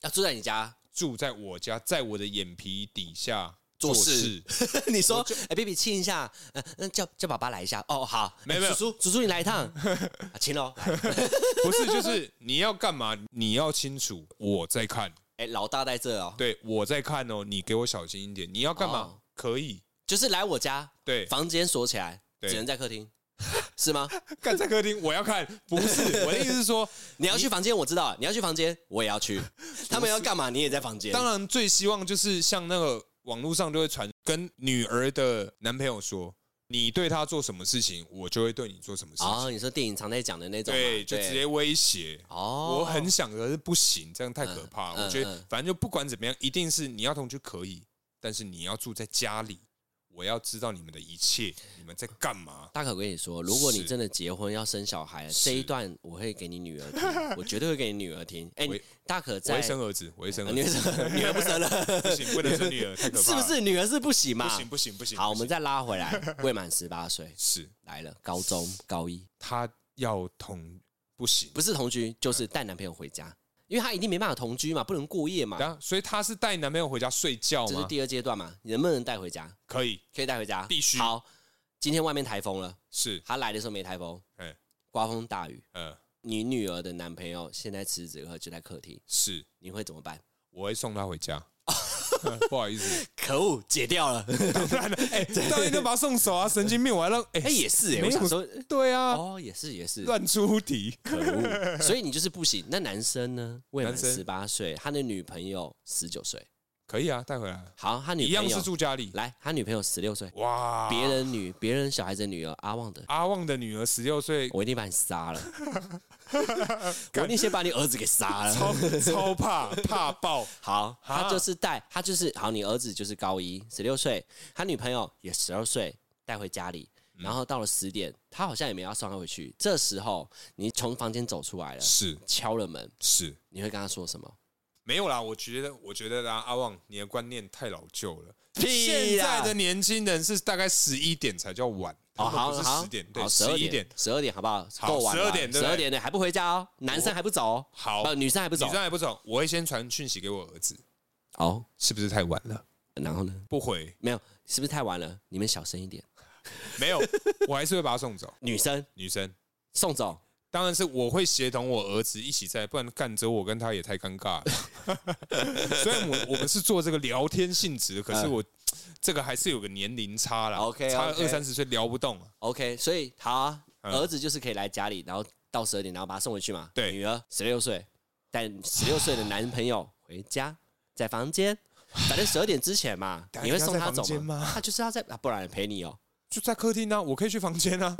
Speaker 1: 要啊住在你 家
Speaker 2: 住在我家，在我的眼皮底下
Speaker 1: 做
Speaker 2: 事
Speaker 1: 事。你说，哎，baby 亲一下，嗯嗯，叫叫爸爸来一下。哦，好，
Speaker 2: 没有
Speaker 1: 哎
Speaker 2: 没有
Speaker 1: 叔叔叔叔你来一 趟，啊亲喽。来
Speaker 2: 不是，就是你要干嘛？你要清楚，我在看，
Speaker 1: 哎，老大在这哦，
Speaker 2: 对我在看哦，你给我小心一点。你要干嘛？
Speaker 1: 哦
Speaker 2: 可以，
Speaker 1: 就是来我家，
Speaker 2: 对，
Speaker 1: 房间锁起来，
Speaker 2: 对
Speaker 1: 只能在客 厅，是吗？
Speaker 2: 干在客厅，我要看，不是我的意思是 说，
Speaker 1: 你要去房间，我知道，你要去房间，我也要 去。他们要干嘛，你也在房间。
Speaker 2: 当然最希望就是像那个网络上就会传，跟女儿的男朋友说，你对她做什么事情，我就会对你做什么事情，
Speaker 1: 哦，你说电影常在讲的那种嘛，啊
Speaker 2: 对，就直接威胁。
Speaker 1: 哦，
Speaker 2: 我很想，可是不行，这样太可怕
Speaker 1: 嗯
Speaker 2: 了。我觉得
Speaker 1: 嗯
Speaker 2: 反正就不管怎么样，一定是你要同居可以，但是你要住在家里，我要知道你们的一切，你们在干嘛。
Speaker 1: 大可跟你说，如果你
Speaker 2: 是
Speaker 1: 真的结婚要生小孩了，
Speaker 2: 是
Speaker 1: 这一段我会给你女儿 听，我绝对会给你女儿听。哎，
Speaker 2: 我
Speaker 1: 你大可
Speaker 2: 我
Speaker 1: 在
Speaker 2: 会生儿子，我会生
Speaker 1: 啊
Speaker 2: 儿
Speaker 1: 女儿
Speaker 2: 子，
Speaker 1: 生女儿不生了，
Speaker 2: 不行，不能生女儿，太可怕
Speaker 1: 是不
Speaker 2: 了？
Speaker 1: 是？女儿是不行嘛？
Speaker 2: 不行，不行，不行。
Speaker 1: 好，
Speaker 2: 不
Speaker 1: 我们
Speaker 2: 行
Speaker 1: 再拉回来，未满十八岁
Speaker 2: 是
Speaker 1: 来了，高中高一
Speaker 2: 他要同不行，
Speaker 1: 不是同居，就是带男朋友回家，因为她一定没办法同居嘛，不能过夜嘛，
Speaker 2: 然后所以他是带男朋友回家睡觉
Speaker 1: 这是
Speaker 2: 吗？
Speaker 1: 第二阶段嘛，你能不能带回家？
Speaker 2: 可以，
Speaker 1: 可以带回家，
Speaker 2: 必须
Speaker 1: 好，今天外面台风了，
Speaker 2: 是
Speaker 1: 他来的时候没台风，
Speaker 2: 哎
Speaker 1: 刮风大雨，
Speaker 2: 呃
Speaker 1: 你女儿的男朋友现在辞职了，就在客厅，
Speaker 2: 是，
Speaker 1: 你会怎么办？
Speaker 2: 我会送他回家。
Speaker 1: 哦
Speaker 2: 不好 意思，
Speaker 1: 可恶，解掉了。
Speaker 2: 哎，当然要把他送走啊！神经病，我还让哎
Speaker 1: 哎、也是哎、
Speaker 2: 没
Speaker 1: 我
Speaker 2: 什
Speaker 1: 想
Speaker 2: 么
Speaker 1: 说，
Speaker 2: 对啊，
Speaker 1: 哦，也是也是，
Speaker 2: 乱出题。
Speaker 1: 可恶。所以你就是不行。那男生呢？未满
Speaker 2: 男生
Speaker 1: 十八岁，他的女朋友十九岁，
Speaker 2: 可以啊，带回来，
Speaker 1: 好，他女朋
Speaker 2: 一样
Speaker 1: 友
Speaker 2: 是住家里。
Speaker 1: 来，他女朋友十六岁，
Speaker 2: 哇，
Speaker 1: 别人女别人小孩子的女儿阿旺的，
Speaker 2: 阿旺的女儿十六岁，
Speaker 1: 我一定把你杀了，我一定先把你儿子给杀了。
Speaker 2: 超超怕怕爆，
Speaker 1: 好，
Speaker 2: 哈
Speaker 1: 他就是带他就是好，你儿子就是高一，十六岁，他女朋友也十二岁，带回家里，
Speaker 2: 嗯
Speaker 1: 然后到了十点，他好像也没要送他回去。这时候你从房间走出来了，
Speaker 2: 是
Speaker 1: 敲了门，
Speaker 2: 是，
Speaker 1: 你会跟他说什么？
Speaker 2: 没有啦。我觉得，我觉得啦，阿旺，你的观念太老旧了。现
Speaker 1: 屁啦
Speaker 2: 在的年轻人是大概十一点才叫晚，
Speaker 1: 哦，
Speaker 2: 他
Speaker 1: 好
Speaker 2: 们不是
Speaker 1: 好，
Speaker 2: 十点，对，
Speaker 1: 好，
Speaker 2: 十
Speaker 1: 十二
Speaker 2: 一点。，
Speaker 1: 十二点好不好？
Speaker 2: 好
Speaker 1: 够晚了，
Speaker 2: 12点对不对
Speaker 1: 十二点了还不回家哦，男生还不走哦，
Speaker 2: 好，
Speaker 1: 呃，
Speaker 2: 女
Speaker 1: 女生还不走
Speaker 2: 生，还不走，我会先传讯息给我儿子，
Speaker 1: 哦，
Speaker 2: 是不是太晚了？
Speaker 1: 然后呢？
Speaker 2: 不回，
Speaker 1: 没有，是不是太晚了？你们小声一点，
Speaker 2: 没有， 我还是会把他送走。
Speaker 1: 女生
Speaker 2: 女生
Speaker 1: 送走，
Speaker 2: 当然是我会协同我儿子一起在，不然干着我跟他也太尴尬了。 虽然我我们是做这个聊天性质的，可是我、这个还是有个年龄差啦
Speaker 1: 嗯 OK，OK
Speaker 2: 差二三十岁聊不动啊。
Speaker 1: OK，所以好、啊，
Speaker 2: 嗯
Speaker 1: 儿子就是可以来家里，然后到十二点，然后把他送回去嘛。
Speaker 2: 对
Speaker 1: 女儿十六岁，带十六岁的男朋友回家，在房间，反正十二点之前嘛
Speaker 2: 等，下
Speaker 1: 你会送他
Speaker 2: 一定要在
Speaker 1: 走
Speaker 2: 房间吗
Speaker 1: 他就是要在，啊、不然陪你哦。
Speaker 2: 就在客厅啊，我可以去房间 啊。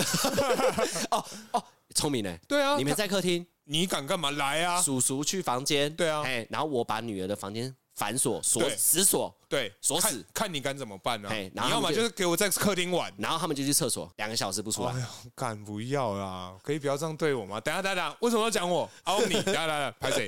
Speaker 1: 聪明呢，
Speaker 2: 对啊，
Speaker 1: 你们
Speaker 2: 他
Speaker 1: 在客厅，
Speaker 2: 你敢干嘛来啊？
Speaker 1: 叔叔去房间，
Speaker 2: 对啊
Speaker 1: 哎，然后我把女儿的房间反锁，锁
Speaker 2: 对
Speaker 1: 死锁，
Speaker 2: 对，
Speaker 1: 锁
Speaker 2: 看
Speaker 1: 死
Speaker 2: 看你敢怎么办啊？
Speaker 1: 嘿
Speaker 2: 你
Speaker 1: 然后他们
Speaker 2: 要么
Speaker 1: 就
Speaker 2: 就是给我在客厅玩。
Speaker 1: 然后他们就去厕所，两个小时不出来。
Speaker 2: 哎呦，敢不要啦！可以不要这样对我吗？等一下，等一下，为什么要讲我？阿 翁你，等一下，等一下，拍谁？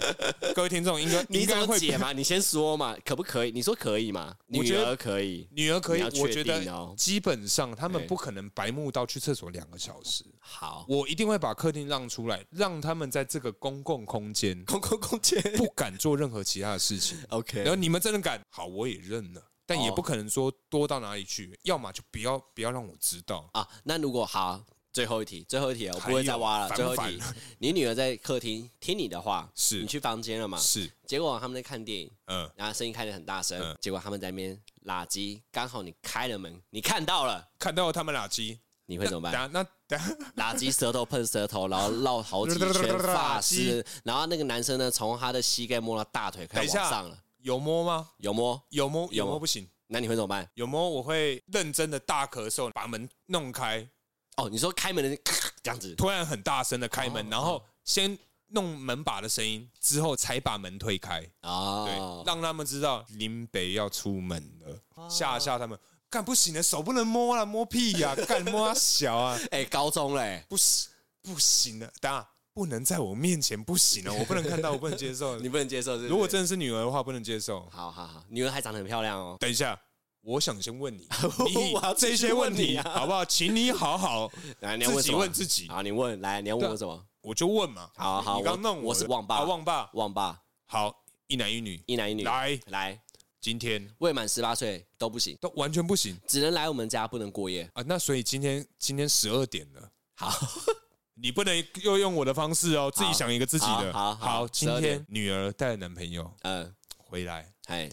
Speaker 2: 各位听众应该
Speaker 1: 你
Speaker 2: 应
Speaker 1: 怎
Speaker 2: 该
Speaker 1: 么
Speaker 2: 会
Speaker 1: 解嘛？你先说嘛，可不可以？你说可以嘛？
Speaker 2: 我
Speaker 1: 女
Speaker 2: 觉得
Speaker 1: 儿可以，
Speaker 2: 女儿可以
Speaker 1: 你要，确
Speaker 2: 我觉得
Speaker 1: 定哦
Speaker 2: 基本上他们
Speaker 1: 对
Speaker 2: 不可能白目到去厕所两个小时，
Speaker 1: 好，
Speaker 2: 我一定会把客厅让出来，让他们在这个公共空 间
Speaker 1: 公共空间
Speaker 2: 不敢做任何其他的事情。
Speaker 1: ，OK，
Speaker 2: 然后你们真的敢，好，我也认了，但也
Speaker 1: 哦
Speaker 2: 不可能说多到哪里去，要么就不要不要让我知道。
Speaker 1: 啊，那如果好，最后一题，最后一题了，我不会再挖了。
Speaker 2: 还
Speaker 1: 最
Speaker 2: 有
Speaker 1: 后一
Speaker 2: 烦
Speaker 1: 题，你女儿在客厅听你的话，
Speaker 2: 是
Speaker 1: 你去房间了嘛？
Speaker 2: 是，
Speaker 1: 结果他们在看电影，
Speaker 2: 嗯，
Speaker 1: 然后声音开得很大声，
Speaker 2: 嗯
Speaker 1: 结果他们在那边拉机，刚好你开了门，你看到了，
Speaker 2: 看到他们垃圾，
Speaker 1: 你会怎么办？
Speaker 2: 等下那等下
Speaker 1: 拉机舌头碰舌头，然后绕好几圈发丝，然后那个男生呢，从他的膝盖摸到大腿，快
Speaker 2: 等一下
Speaker 1: 往上了，
Speaker 2: 有摸吗？
Speaker 1: 有摸？
Speaker 2: 有摸
Speaker 1: 有
Speaker 2: 有
Speaker 1: 摸
Speaker 2: 摸不行，
Speaker 1: 那你会怎么办？
Speaker 2: 有摸我会认真的大咳嗽，把门弄开，
Speaker 1: 哦，你说开门的咔这样子，
Speaker 2: 突然很大声的开门，
Speaker 1: 哦
Speaker 2: 然后先弄门把的声音，之后才把门推开，对，
Speaker 1: 哦，
Speaker 2: 让他们知道林北要出门了，
Speaker 1: 哦
Speaker 2: 吓吓他们。干不行的，手不能摸了，摸屁呀、干摸啊小啊，
Speaker 1: 哎，高中嘞，
Speaker 2: 不行不行的，等下不能在我面前，不 行啊，我不能看到，我不能接受。
Speaker 1: 你不能接受是不是？
Speaker 2: 如果真的是女儿的话，不能接受。
Speaker 1: 好好好，女儿还长得很漂亮哦。，
Speaker 2: 等一下，我想先问你 你
Speaker 1: 我要继续
Speaker 2: 这些问
Speaker 1: 问你
Speaker 2: 题
Speaker 1: 啊
Speaker 2: 好不好？请你好好
Speaker 1: 来，你要
Speaker 2: 自
Speaker 1: 问什
Speaker 2: 己
Speaker 1: 么？
Speaker 2: 问自己，
Speaker 1: 好，你问来，你要问
Speaker 2: 对
Speaker 1: 我
Speaker 2: 啊
Speaker 1: 什么？
Speaker 2: 我就问嘛。
Speaker 1: 好好，
Speaker 2: 你刚弄
Speaker 1: 我是
Speaker 2: 的
Speaker 1: 旺爸，
Speaker 2: 啊旺爸，
Speaker 1: 旺爸，
Speaker 2: 好，一男一女，
Speaker 1: 一男一女，
Speaker 2: 来，
Speaker 1: 来，
Speaker 2: 今天
Speaker 1: 未满十八岁都不行，
Speaker 2: 都完全不行
Speaker 1: 只能来我们家，不能过夜。
Speaker 2: 啊！那所以今天今天十二点了，
Speaker 1: 好，
Speaker 2: 你不能又用我的方式哦，自己想一个自己的。
Speaker 1: 好好好
Speaker 2: 今
Speaker 1: 12
Speaker 2: 天
Speaker 1: 点
Speaker 2: 女儿带了男朋友
Speaker 1: 嗯，
Speaker 2: 回来，
Speaker 1: 哎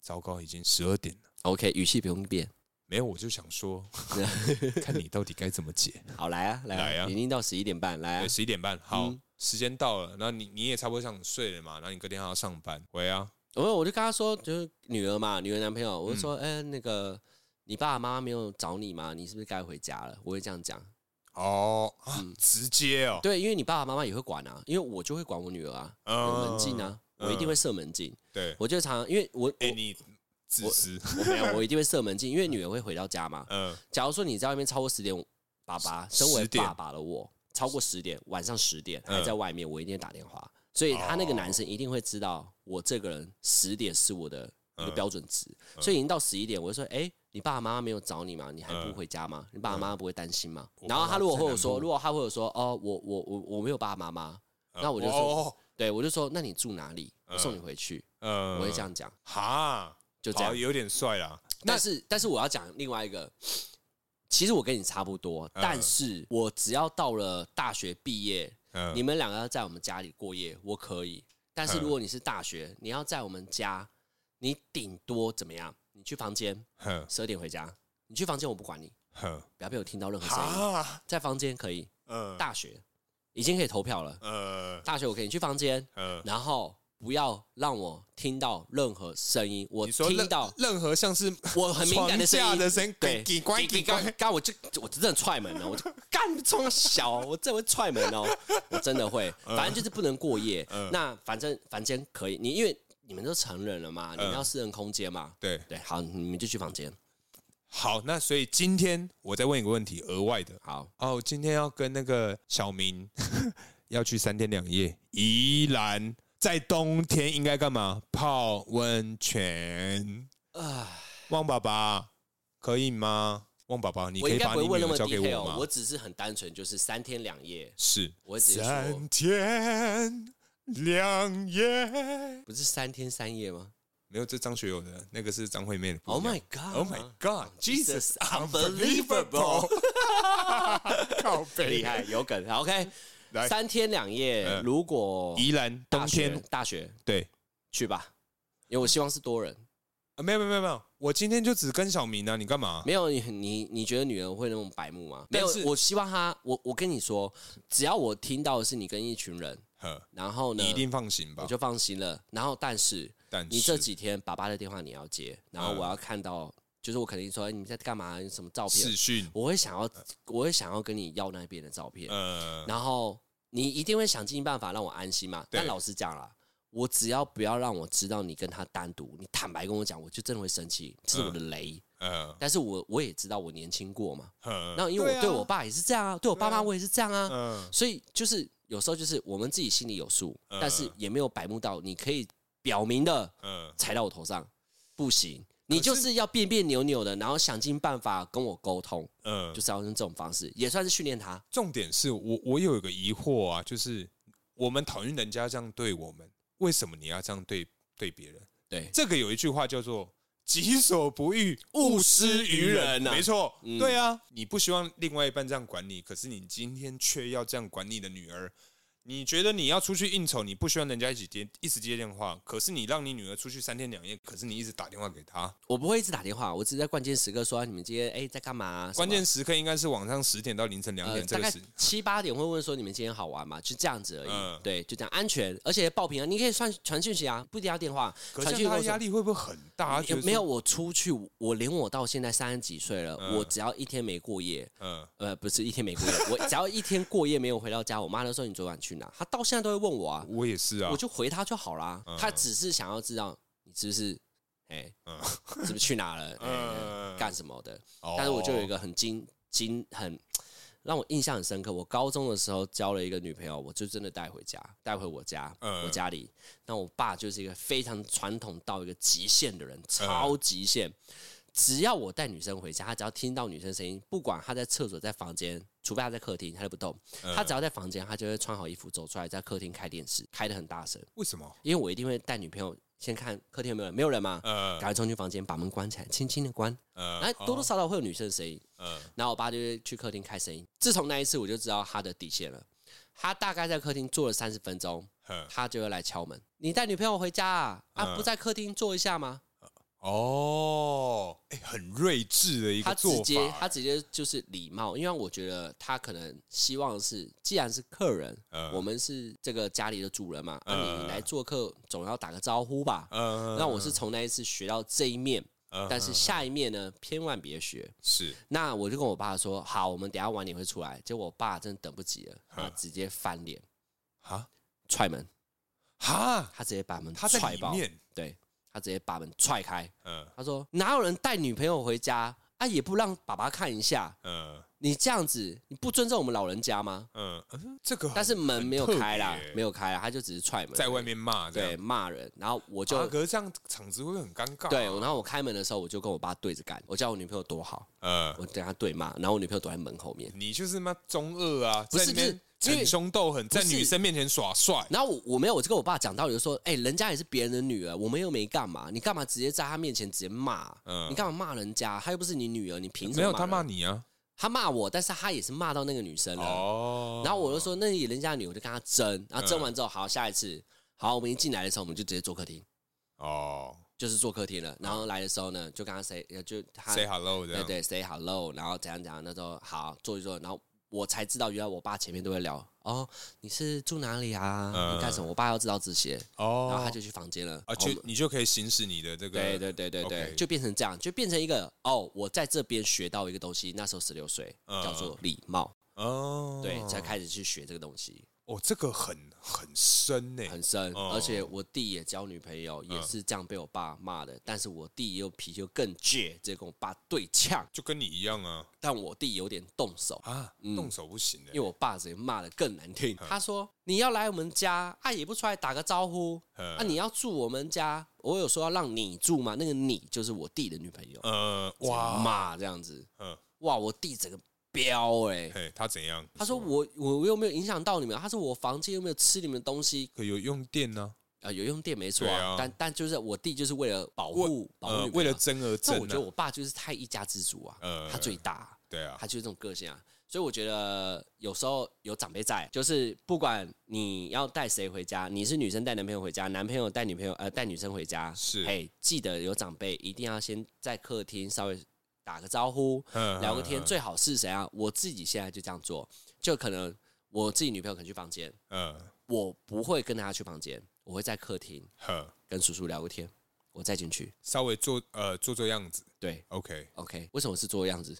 Speaker 2: 糟糕，已经十二点了。
Speaker 1: ，OK，语气不用变。
Speaker 2: 没有，我就想说， 看你到底该怎么 解。
Speaker 1: 好，来啊，
Speaker 2: 来
Speaker 1: 啊，
Speaker 2: 啊
Speaker 1: 已经到十一点半，来啊
Speaker 2: 对，，十一点半，好，
Speaker 1: 嗯
Speaker 2: 时间到了，那你你也差不多想睡了嘛，然后你隔天还要上班，回啊，
Speaker 1: 我我就跟他说，就是女儿嘛，女儿男朋友，我就
Speaker 2: 嗯
Speaker 1: 说，哎，那个你爸爸妈妈没有找你嘛，你是不是该回家了？我会这样讲。
Speaker 2: 哦，啊直接
Speaker 1: 嗯
Speaker 2: 哦，
Speaker 1: 对，因为你爸爸妈妈也会管啊，因为我就会管我女儿啊，
Speaker 2: 嗯
Speaker 1: 有门禁啊，我一定会设门禁。
Speaker 2: 对，
Speaker 1: 我就常因为我
Speaker 2: 哎，
Speaker 1: 我
Speaker 2: 你自私，
Speaker 1: 我没有，我一定会设门禁，因为女儿会回到家嘛。
Speaker 2: 嗯，
Speaker 1: 假如说你在外面超过十点，爸爸
Speaker 2: 十
Speaker 1: 身为
Speaker 2: 10点
Speaker 1: 爸爸的我，超过十点，晚上十点
Speaker 2: 嗯
Speaker 1: 还在外面，我一定会打电话。所以他那个男生一定会知道，我这个人十点是我的一个标准值。
Speaker 2: 哦嗯
Speaker 1: 所以已经到十一点，我就说：“哎、你爸爸妈妈没有找你吗？你还不回家吗？你爸爸妈妈不会担心吗？”
Speaker 2: 嗯我
Speaker 1: 然后他如果
Speaker 2: 爸爸
Speaker 1: 和我
Speaker 2: 在南
Speaker 1: 说，
Speaker 2: 部
Speaker 1: 如果他和我说：“哦，我我我我没有爸爸妈妈。”
Speaker 2: 嗯
Speaker 1: 那我就说
Speaker 2: 说，
Speaker 1: 对我就说：“那你住哪里？我送你回去。
Speaker 2: 呃
Speaker 1: 我会这，样讲，
Speaker 2: 哈，
Speaker 1: 就这样
Speaker 2: 好，。有点帅啦，
Speaker 1: 但是但是我要讲另外一个，其实我跟你差不多，
Speaker 2: 嗯
Speaker 1: 但是我只要到了大学毕业，
Speaker 2: 嗯
Speaker 1: 你们两个要在我们家里过夜，我可以。但是
Speaker 2: 嗯
Speaker 1: 如果你是大学，你要在我们家，你顶多怎么样？你去房间，
Speaker 2: 哼
Speaker 1: 十二点回家，你去房间我不管你，
Speaker 2: 哼，
Speaker 1: 不要被我听到任何声音。
Speaker 2: 哈，
Speaker 1: 在房间可以，
Speaker 2: 呃
Speaker 1: 大学已经可以投票了，
Speaker 2: 呃
Speaker 1: 大学我可以，你去房间，
Speaker 2: 呃，
Speaker 1: 然后不要让我听到任何声音，我
Speaker 2: 你说
Speaker 1: 听
Speaker 2: 任
Speaker 1: 到
Speaker 2: 任何像是
Speaker 1: 我很敏感的声
Speaker 2: 床架
Speaker 1: 音
Speaker 2: 的声音，
Speaker 1: 对，
Speaker 2: 给关给
Speaker 1: 刚
Speaker 2: 关，
Speaker 1: 刚我就我真的踹门了，我就干冲小，我这会踹门哦，我真的会，
Speaker 2: 嗯
Speaker 1: 反正就是不能过夜。那反正房间可以，你因为你们都成人了
Speaker 2: 嗯
Speaker 1: 嘛，你们要私人空间嘛，
Speaker 2: 对，
Speaker 1: 对，好，你们就去房间，
Speaker 2: 好，那所以今天我再问一个问题，额外的
Speaker 1: 好，
Speaker 2: 哦，今天要跟那个小明 要去三天两夜，宜兰在冬天应该干嘛？泡温泉。
Speaker 1: 啊，
Speaker 2: 汪爸爸可以吗？汪爸爸，你
Speaker 1: 我
Speaker 2: 可
Speaker 1: 应
Speaker 2: 以
Speaker 1: 该
Speaker 2: 把
Speaker 1: 不会
Speaker 2: 你
Speaker 1: 问
Speaker 2: 女
Speaker 1: 那么
Speaker 2: 儿交给
Speaker 1: detail，
Speaker 2: 我吗？
Speaker 1: 我只是很单纯，就是三天两夜，
Speaker 2: 是
Speaker 1: 我会直接说
Speaker 2: 三，天两夜，
Speaker 1: 不是三天三夜吗
Speaker 2: 没有这张学友的，那个是张惠妹的。不
Speaker 1: ？Oh
Speaker 2: 一样
Speaker 1: my god!
Speaker 2: Oh my God! Jesus
Speaker 1: unbelievable！
Speaker 2: unbelievable！靠 背
Speaker 1: 厉害，有梗。好 OK，
Speaker 2: 来
Speaker 1: 三天两夜，
Speaker 2: 嗯
Speaker 1: 如果
Speaker 2: 宜兰冬
Speaker 1: 大学
Speaker 2: 天
Speaker 1: 大学
Speaker 2: 对
Speaker 1: 去吧，因为我希望是多人。
Speaker 2: 啊，没有没有没有没有，我今天就只跟小明啊，你干嘛？
Speaker 1: 没有你，你你觉得女人会那种白目吗？没
Speaker 2: 但
Speaker 1: 有
Speaker 2: 是，
Speaker 1: 我希望她，我我跟你说，只要我听到的是你跟一群人，
Speaker 2: 呵
Speaker 1: 然后呢
Speaker 2: 你，一定放心吧
Speaker 1: 我？就放心了。然后，但是
Speaker 2: 但是嗯
Speaker 1: 你这几天爸爸的电话你要接，然后我要看到，就是我肯定说哎你在干嘛，你什么照
Speaker 2: 视
Speaker 1: 片，
Speaker 2: 讯，
Speaker 1: 我会想要，我会想要跟你要那边的照片。
Speaker 2: 呃，
Speaker 1: 然后你一定会想尽办法让我安心嘛。
Speaker 2: 对
Speaker 1: 但老实讲啦，我只要不要让我知道你跟他单独，你坦白跟我讲，我就真的会生气，这是我的雷。
Speaker 2: 呃，
Speaker 1: 但是我我也知道我年轻过嘛，
Speaker 2: 呵
Speaker 1: 那因为我对
Speaker 2: 啊
Speaker 1: 我爸也是这样啊，对我爸妈我也是这样啊，
Speaker 2: 嗯
Speaker 1: 所以就是有时候就是我们自己心里有数，
Speaker 2: 嗯
Speaker 1: 但是也没有白目到你可以表明的
Speaker 2: 嗯，
Speaker 1: 踩到我头上，不行。你
Speaker 2: 可是
Speaker 1: 就是要别别扭扭的，然后想尽办法跟我沟通，
Speaker 2: 嗯
Speaker 1: 就是要用这种方式，也算是训练他。
Speaker 2: 重点是我我有一个疑惑啊，就是我们讨厌人家这样对我们，为什么你要这样对对别人？
Speaker 1: 对，
Speaker 2: 这个有一句话叫做“己所不欲，勿施于人”
Speaker 1: 啊
Speaker 2: 没错，
Speaker 1: 嗯
Speaker 2: 对啊，你不希望另外一半这样管你，可是你今天却要这样管你的女儿。你觉得你要出去应酬，你不希望人家一起接一直接电话，可是你让你女儿出去三天两夜，可是你一直打电话给她。
Speaker 1: 我不会一直打电话，我只是在关键时刻说、啊你们今天哎、在干嘛啊、什么
Speaker 2: 关键时刻应该是晚上十点到凌晨两
Speaker 1: 呃
Speaker 2: 点这
Speaker 1: 大
Speaker 2: 个
Speaker 1: 概
Speaker 2: 时，
Speaker 1: 七八点会问说你们今天好玩吗？就这样子而已，
Speaker 2: 嗯
Speaker 1: 对，就这样安全，而且报平安，你可以算传讯息啊，不一定要电话，
Speaker 2: 可
Speaker 1: 传
Speaker 2: 是
Speaker 1: 讯息
Speaker 2: 她
Speaker 1: 跟我说
Speaker 2: 压力会不会很大？她啊觉
Speaker 1: 有
Speaker 2: 得
Speaker 1: 嗯
Speaker 2: 说
Speaker 1: 没有，，我出去，我连我到现在三十几岁了，我只要一天没过夜，
Speaker 2: 嗯，
Speaker 1: 呃，不是一天没过夜，我只要一天过夜没有回到家，我妈都说你昨晚去哪，她到现在都会问我啊，
Speaker 2: 我也是啊
Speaker 1: 我，就回她就好啦，她只是想要知道你是不是，哎、
Speaker 2: 嗯
Speaker 1: 是不是去哪了，哎
Speaker 2: 嗯
Speaker 1: 干、什么的，
Speaker 2: 哦
Speaker 1: 但是我就有一个很惊惊很让我印象很深刻。我高中的时候交了一个女朋友，我就真的带回家，带回我家，
Speaker 2: 嗯
Speaker 1: 我家里。那我爸就是一个非常传统到一个极限的人，超
Speaker 2: 嗯
Speaker 1: 极限。只要我带女生回家，他只要听到女生声音，不管她在厕所、在房间，除非她在客厅，她就不动。
Speaker 2: 嗯
Speaker 1: 她只要在房间，她就会穿好衣服走出来，在客厅开电视，开的很大声。
Speaker 2: 为什么？
Speaker 1: 因为我一定会带女朋友先看客厅有没有人，没有人嘛，
Speaker 2: 呃
Speaker 1: 赶快冲进房间，把门关起来，轻轻的关。
Speaker 2: 呃，
Speaker 1: 然后多多少少会有女生的声音，
Speaker 2: 呃
Speaker 1: 然后我爸就会去客厅开声音。自从那一次，我就知道他的底线了。他大概在客厅坐了三十分钟，
Speaker 2: 呵
Speaker 1: 他就会来敲门：“你带女朋友回家啊？啊，
Speaker 2: 嗯
Speaker 1: 不在客厅坐一下吗
Speaker 2: 哦，哎、很睿智的一？”
Speaker 1: 他
Speaker 2: 个做
Speaker 1: 直
Speaker 2: 法
Speaker 1: 接
Speaker 2: 欸，
Speaker 1: 他直接就是礼貌，因为我觉得他可能希望的是，既然是客人，
Speaker 2: 嗯
Speaker 1: 我们是这个家里的主人嘛，那、
Speaker 2: 嗯
Speaker 1: 你来做客总要打个招呼吧。
Speaker 2: 呃
Speaker 1: 那我是从那一次学到这一面，
Speaker 2: 嗯
Speaker 1: 但是下一面呢，千万别学。
Speaker 2: 是
Speaker 1: 那我就跟我爸说，好，我们等一下晚点会出来。结果我爸真的等不及了，他直接翻脸
Speaker 2: 哈
Speaker 1: 踹门，
Speaker 2: 哈，
Speaker 1: 他直接把门
Speaker 2: 他在
Speaker 1: 踹
Speaker 2: 里
Speaker 1: 爆，
Speaker 2: 面，
Speaker 1: 对他直接把门踹开。
Speaker 2: 嗯
Speaker 1: 他说：“哪有人带女朋友回家啊？也不让爸爸看一下，
Speaker 2: 嗯
Speaker 1: 你这样子，你不尊重我们老人家 吗
Speaker 2: 嗯，呃这个？”很
Speaker 1: 但是门没有开啦
Speaker 2: 很特别，
Speaker 1: 没有开啦，他就只是踹门，
Speaker 2: 在外面骂这
Speaker 1: 对
Speaker 2: 样，
Speaker 1: 骂人。然后我就、
Speaker 2: 就可是这样场子会很尴尬、啊
Speaker 1: 对，然后我开门的时候，我就跟我爸对着干，我叫我女朋友躲好，
Speaker 2: 呃，
Speaker 1: 我跟他对骂，然后我女朋友躲在门后面。
Speaker 2: 你就是妈中二啊，
Speaker 1: 不是
Speaker 2: 在那边
Speaker 1: 不是因为
Speaker 2: 逞凶斗狠，在
Speaker 1: 不是
Speaker 2: 女生面前耍帅，
Speaker 1: 然后我我没有，我就跟我爸讲道理，就说，哎、人家也是别人的女儿，我们又没干嘛，你干嘛直接在他面前直接骂？
Speaker 2: 嗯
Speaker 1: 你干嘛骂人家？她又不是你女儿，你凭什么？
Speaker 2: 没有他骂，你啊，
Speaker 1: 他骂我，但是他也是骂到那个女生了。啊
Speaker 2: 哦，嗯
Speaker 1: 然后我就说，那你人家的女儿，我就跟她争，然后争完之后，好，下一次，好，我们一进来的时候，我们就直接坐客厅，
Speaker 2: 哦
Speaker 1: 就是坐客厅了。然后来的时候呢，就跟他 say，呃就他哎
Speaker 2: ，say hello 这
Speaker 1: 对
Speaker 2: 样，
Speaker 1: 对 say hello，然后怎样怎样，那时候好坐一坐，然后我才知道原来我爸前面都会聊，哦，哦，你是住哪里啊？
Speaker 2: 嗯
Speaker 1: 你干什么？我爸要知道这些，然后他
Speaker 2: 哦，
Speaker 1: 就去房间了。
Speaker 2: 啊，
Speaker 1: 然后我
Speaker 2: 就
Speaker 1: 们
Speaker 2: 你就可以行使你的这个，
Speaker 1: 对对对对对
Speaker 2: OK
Speaker 1: 就变成这样，就变成一个哦，我在这边学到一个东西，那时候十六岁，
Speaker 2: 嗯
Speaker 1: 叫做礼貌，
Speaker 2: 哦，
Speaker 1: 对，才开始去学这个东西，
Speaker 2: 哦，这个很很深呢，
Speaker 1: 很深。
Speaker 2: 哦
Speaker 1: 而且我弟也交女朋友，也是这样被我爸骂的，但是我弟也有脾气更倔，直接跟我爸对呛，
Speaker 2: 就跟你一样啊
Speaker 1: 但我弟有点动手。
Speaker 2: 啊，动手不行的
Speaker 1: 嗯因为，我爸直接骂的更难听，他说：“你要来我们家啊，也不出来打个招呼
Speaker 2: 嗯
Speaker 1: 啊，你要住我们家，我有说要让你住吗？那个你就是我弟的女朋友，
Speaker 2: 呃，
Speaker 1: 直接
Speaker 2: 哇，
Speaker 1: 骂这样子，
Speaker 2: 嗯，
Speaker 1: 哇，我弟整个飙哎、
Speaker 2: 嘿，他怎样？
Speaker 1: 他说我我又没有影响到你们，他说我房间又没有吃你们的东西，
Speaker 2: 可有用电呢，
Speaker 1: 啊、有用电没错、
Speaker 2: 对啊
Speaker 1: 但但就是我弟就是为了保护保护
Speaker 2: 呃
Speaker 1: 女朋，友
Speaker 2: 为了争而
Speaker 1: 这
Speaker 2: 争
Speaker 1: 我觉得
Speaker 2: 啊，
Speaker 1: 我爸就是太一家之主啊，
Speaker 2: 呃
Speaker 1: 他最大，
Speaker 2: 对啊
Speaker 1: 他，就是这种个性啊，所以我觉得有时候有长辈在，就是不管你要带谁回家，你是女生带男朋友回家，男朋友带女朋友呃带女生回家，
Speaker 2: 是
Speaker 1: 哎，记得有长辈一定要先在客厅稍微打个招呼，
Speaker 2: 嗯
Speaker 1: 聊个天，
Speaker 2: 嗯
Speaker 1: 最好是谁啊？我自己现在就这样做，就可能我自己女朋友可能去房间，
Speaker 2: 嗯，
Speaker 1: 我不会跟她去房间，我会在客厅
Speaker 2: 呵，
Speaker 1: 跟叔叔聊个天，我再进去。
Speaker 2: 稍微做呃做做样子
Speaker 1: 对
Speaker 2: ，OK，
Speaker 1: ，OK，为什么是做样子？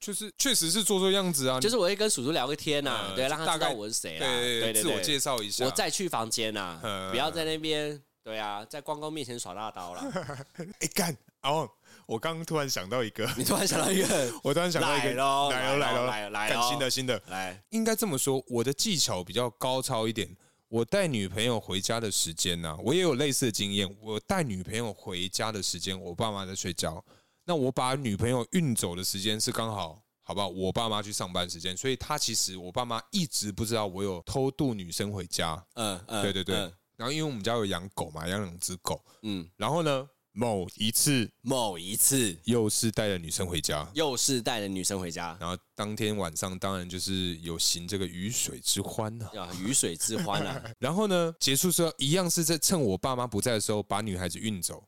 Speaker 2: 就是确实是做做样子啊，
Speaker 1: 就是我会跟叔叔聊个天呐、
Speaker 2: 嗯
Speaker 1: 对，让他知
Speaker 2: 大
Speaker 1: 道
Speaker 2: 概
Speaker 1: 我是谁
Speaker 2: 你
Speaker 1: 啦，
Speaker 2: 对
Speaker 1: 对
Speaker 2: 对，自我介
Speaker 1: 绍，
Speaker 2: 绍一下，
Speaker 1: 我再去房间呐、
Speaker 2: 嗯
Speaker 1: 不要在那边。对啊，在关公面前耍大刀 啦！
Speaker 2: 哎干，哦，我刚刚突然想到一个，
Speaker 1: 你突然想到一个，
Speaker 2: 我突然想到一个，
Speaker 1: 来咯
Speaker 2: 来喽来喽
Speaker 1: 来咯来咯
Speaker 2: 干新的新的，
Speaker 1: 来，
Speaker 2: 应该这么说，我的技巧比较高超一点。我带女朋友回家的时间呢、我也有类似的经验。我带女朋友回家的时间，我爸妈在睡觉，那我把女朋友运走的时间是刚好，好不好？我爸妈去上班时间，所以他其实我爸妈一直不知道我有偷渡女生回家。
Speaker 1: 嗯嗯，
Speaker 2: 对对对。
Speaker 1: 嗯
Speaker 2: 然后因为我们家有养狗嘛，养两只狗，
Speaker 1: 嗯，
Speaker 2: 然后呢，某一次
Speaker 1: 某一次
Speaker 2: 又是带了女生回家，
Speaker 1: 又是带着女生回家，
Speaker 2: 然后当天晚上当然就是有行这个鱼水之欢呐、
Speaker 1: 啊，鱼水之欢 啊，
Speaker 2: 然后呢，结束之后一样是在趁我爸妈不在的时候把女孩子运走。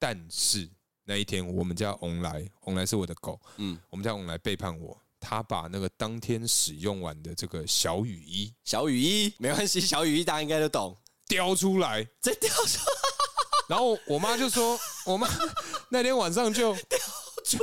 Speaker 2: 但是那一天，我们家翁来，翁来是我的狗，
Speaker 1: 嗯，
Speaker 2: 我们家翁来背叛我，他把那个当天使用完的这个小雨衣
Speaker 1: 小雨衣没关系，小雨衣大家应该都懂。
Speaker 2: 叼出来，
Speaker 1: 这掉出
Speaker 2: 然后我妈就说，我妈那天晚上就
Speaker 1: 出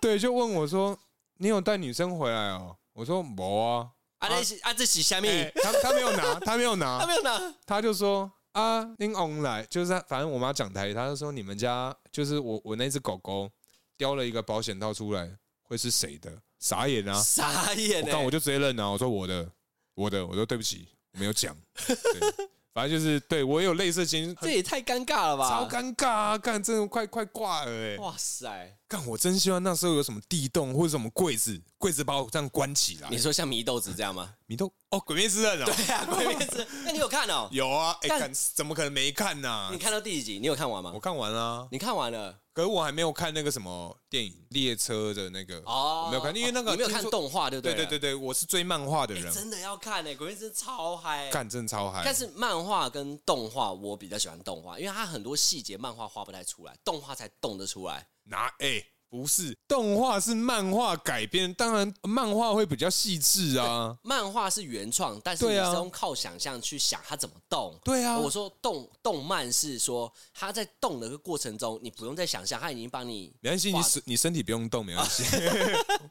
Speaker 2: 对，就问我说，你有带女生回来哦？我说没啊，
Speaker 1: 啊，那是啊，这是下
Speaker 2: 哎
Speaker 1: 面
Speaker 2: 他他没有拿，他没有拿，
Speaker 1: 他没有拿，
Speaker 2: 他就说啊，您翁来，就是他反正我妈讲台语，他就说你们家就是我我那只狗狗叼了一个保险套出来，会是谁的？傻眼啊！
Speaker 1: 傻眼欸
Speaker 2: 我
Speaker 1: 呢、
Speaker 2: 刚我就直接认啊，我说我的，我的，我说对不起，没有讲。对，反正就是对我有类似的经
Speaker 1: 这
Speaker 2: 历，
Speaker 1: 也太尴尬了吧！
Speaker 2: 超尴尬啊！干，真的快快挂了哎、欸！
Speaker 1: 哇塞！
Speaker 2: 干，我真希望那时候有什么地洞或者什么柜子，柜子把我这样关起来
Speaker 1: 你。说像祢豆子这样吗？
Speaker 2: 你都哦，鬼灭之刃啊，
Speaker 1: 对啊，鬼灭之，那你有看哦？
Speaker 2: 有啊，哎、
Speaker 1: 干
Speaker 2: 干，怎么可能没看呢、
Speaker 1: 你看到第几集？你有看完吗
Speaker 2: 我？看完啦、啊
Speaker 1: 你看完了
Speaker 2: 可是我还没有看那个什么电影《列车》的那个，
Speaker 1: 哦？
Speaker 2: 我没有看因为那个
Speaker 1: 你没有
Speaker 2: 听
Speaker 1: 看
Speaker 2: 说
Speaker 1: 动画，对不
Speaker 2: 对
Speaker 1: 对
Speaker 2: 对对
Speaker 1: 了
Speaker 2: 对，我是追漫画的人
Speaker 1: 哎，真的要看呢、鬼灭之刃超嗨。
Speaker 2: 干哎真的超嗨。
Speaker 1: 但是漫画跟动画，我比较喜欢动画，因为它很多细节漫画画不太出来，动画才动得出来。
Speaker 2: 拿哎、不是动画是漫画改编，当然漫画会比较细致啊。
Speaker 1: 漫画是原创，但是你
Speaker 2: 对
Speaker 1: 是
Speaker 2: 啊
Speaker 1: 用靠想象去想它怎么动。
Speaker 2: 对啊，
Speaker 1: 我说动动漫是说它在动的过程中，你不用再想象，它已经帮你
Speaker 2: 没关系，你
Speaker 1: 哇
Speaker 2: 身你身体不用动，没 关系。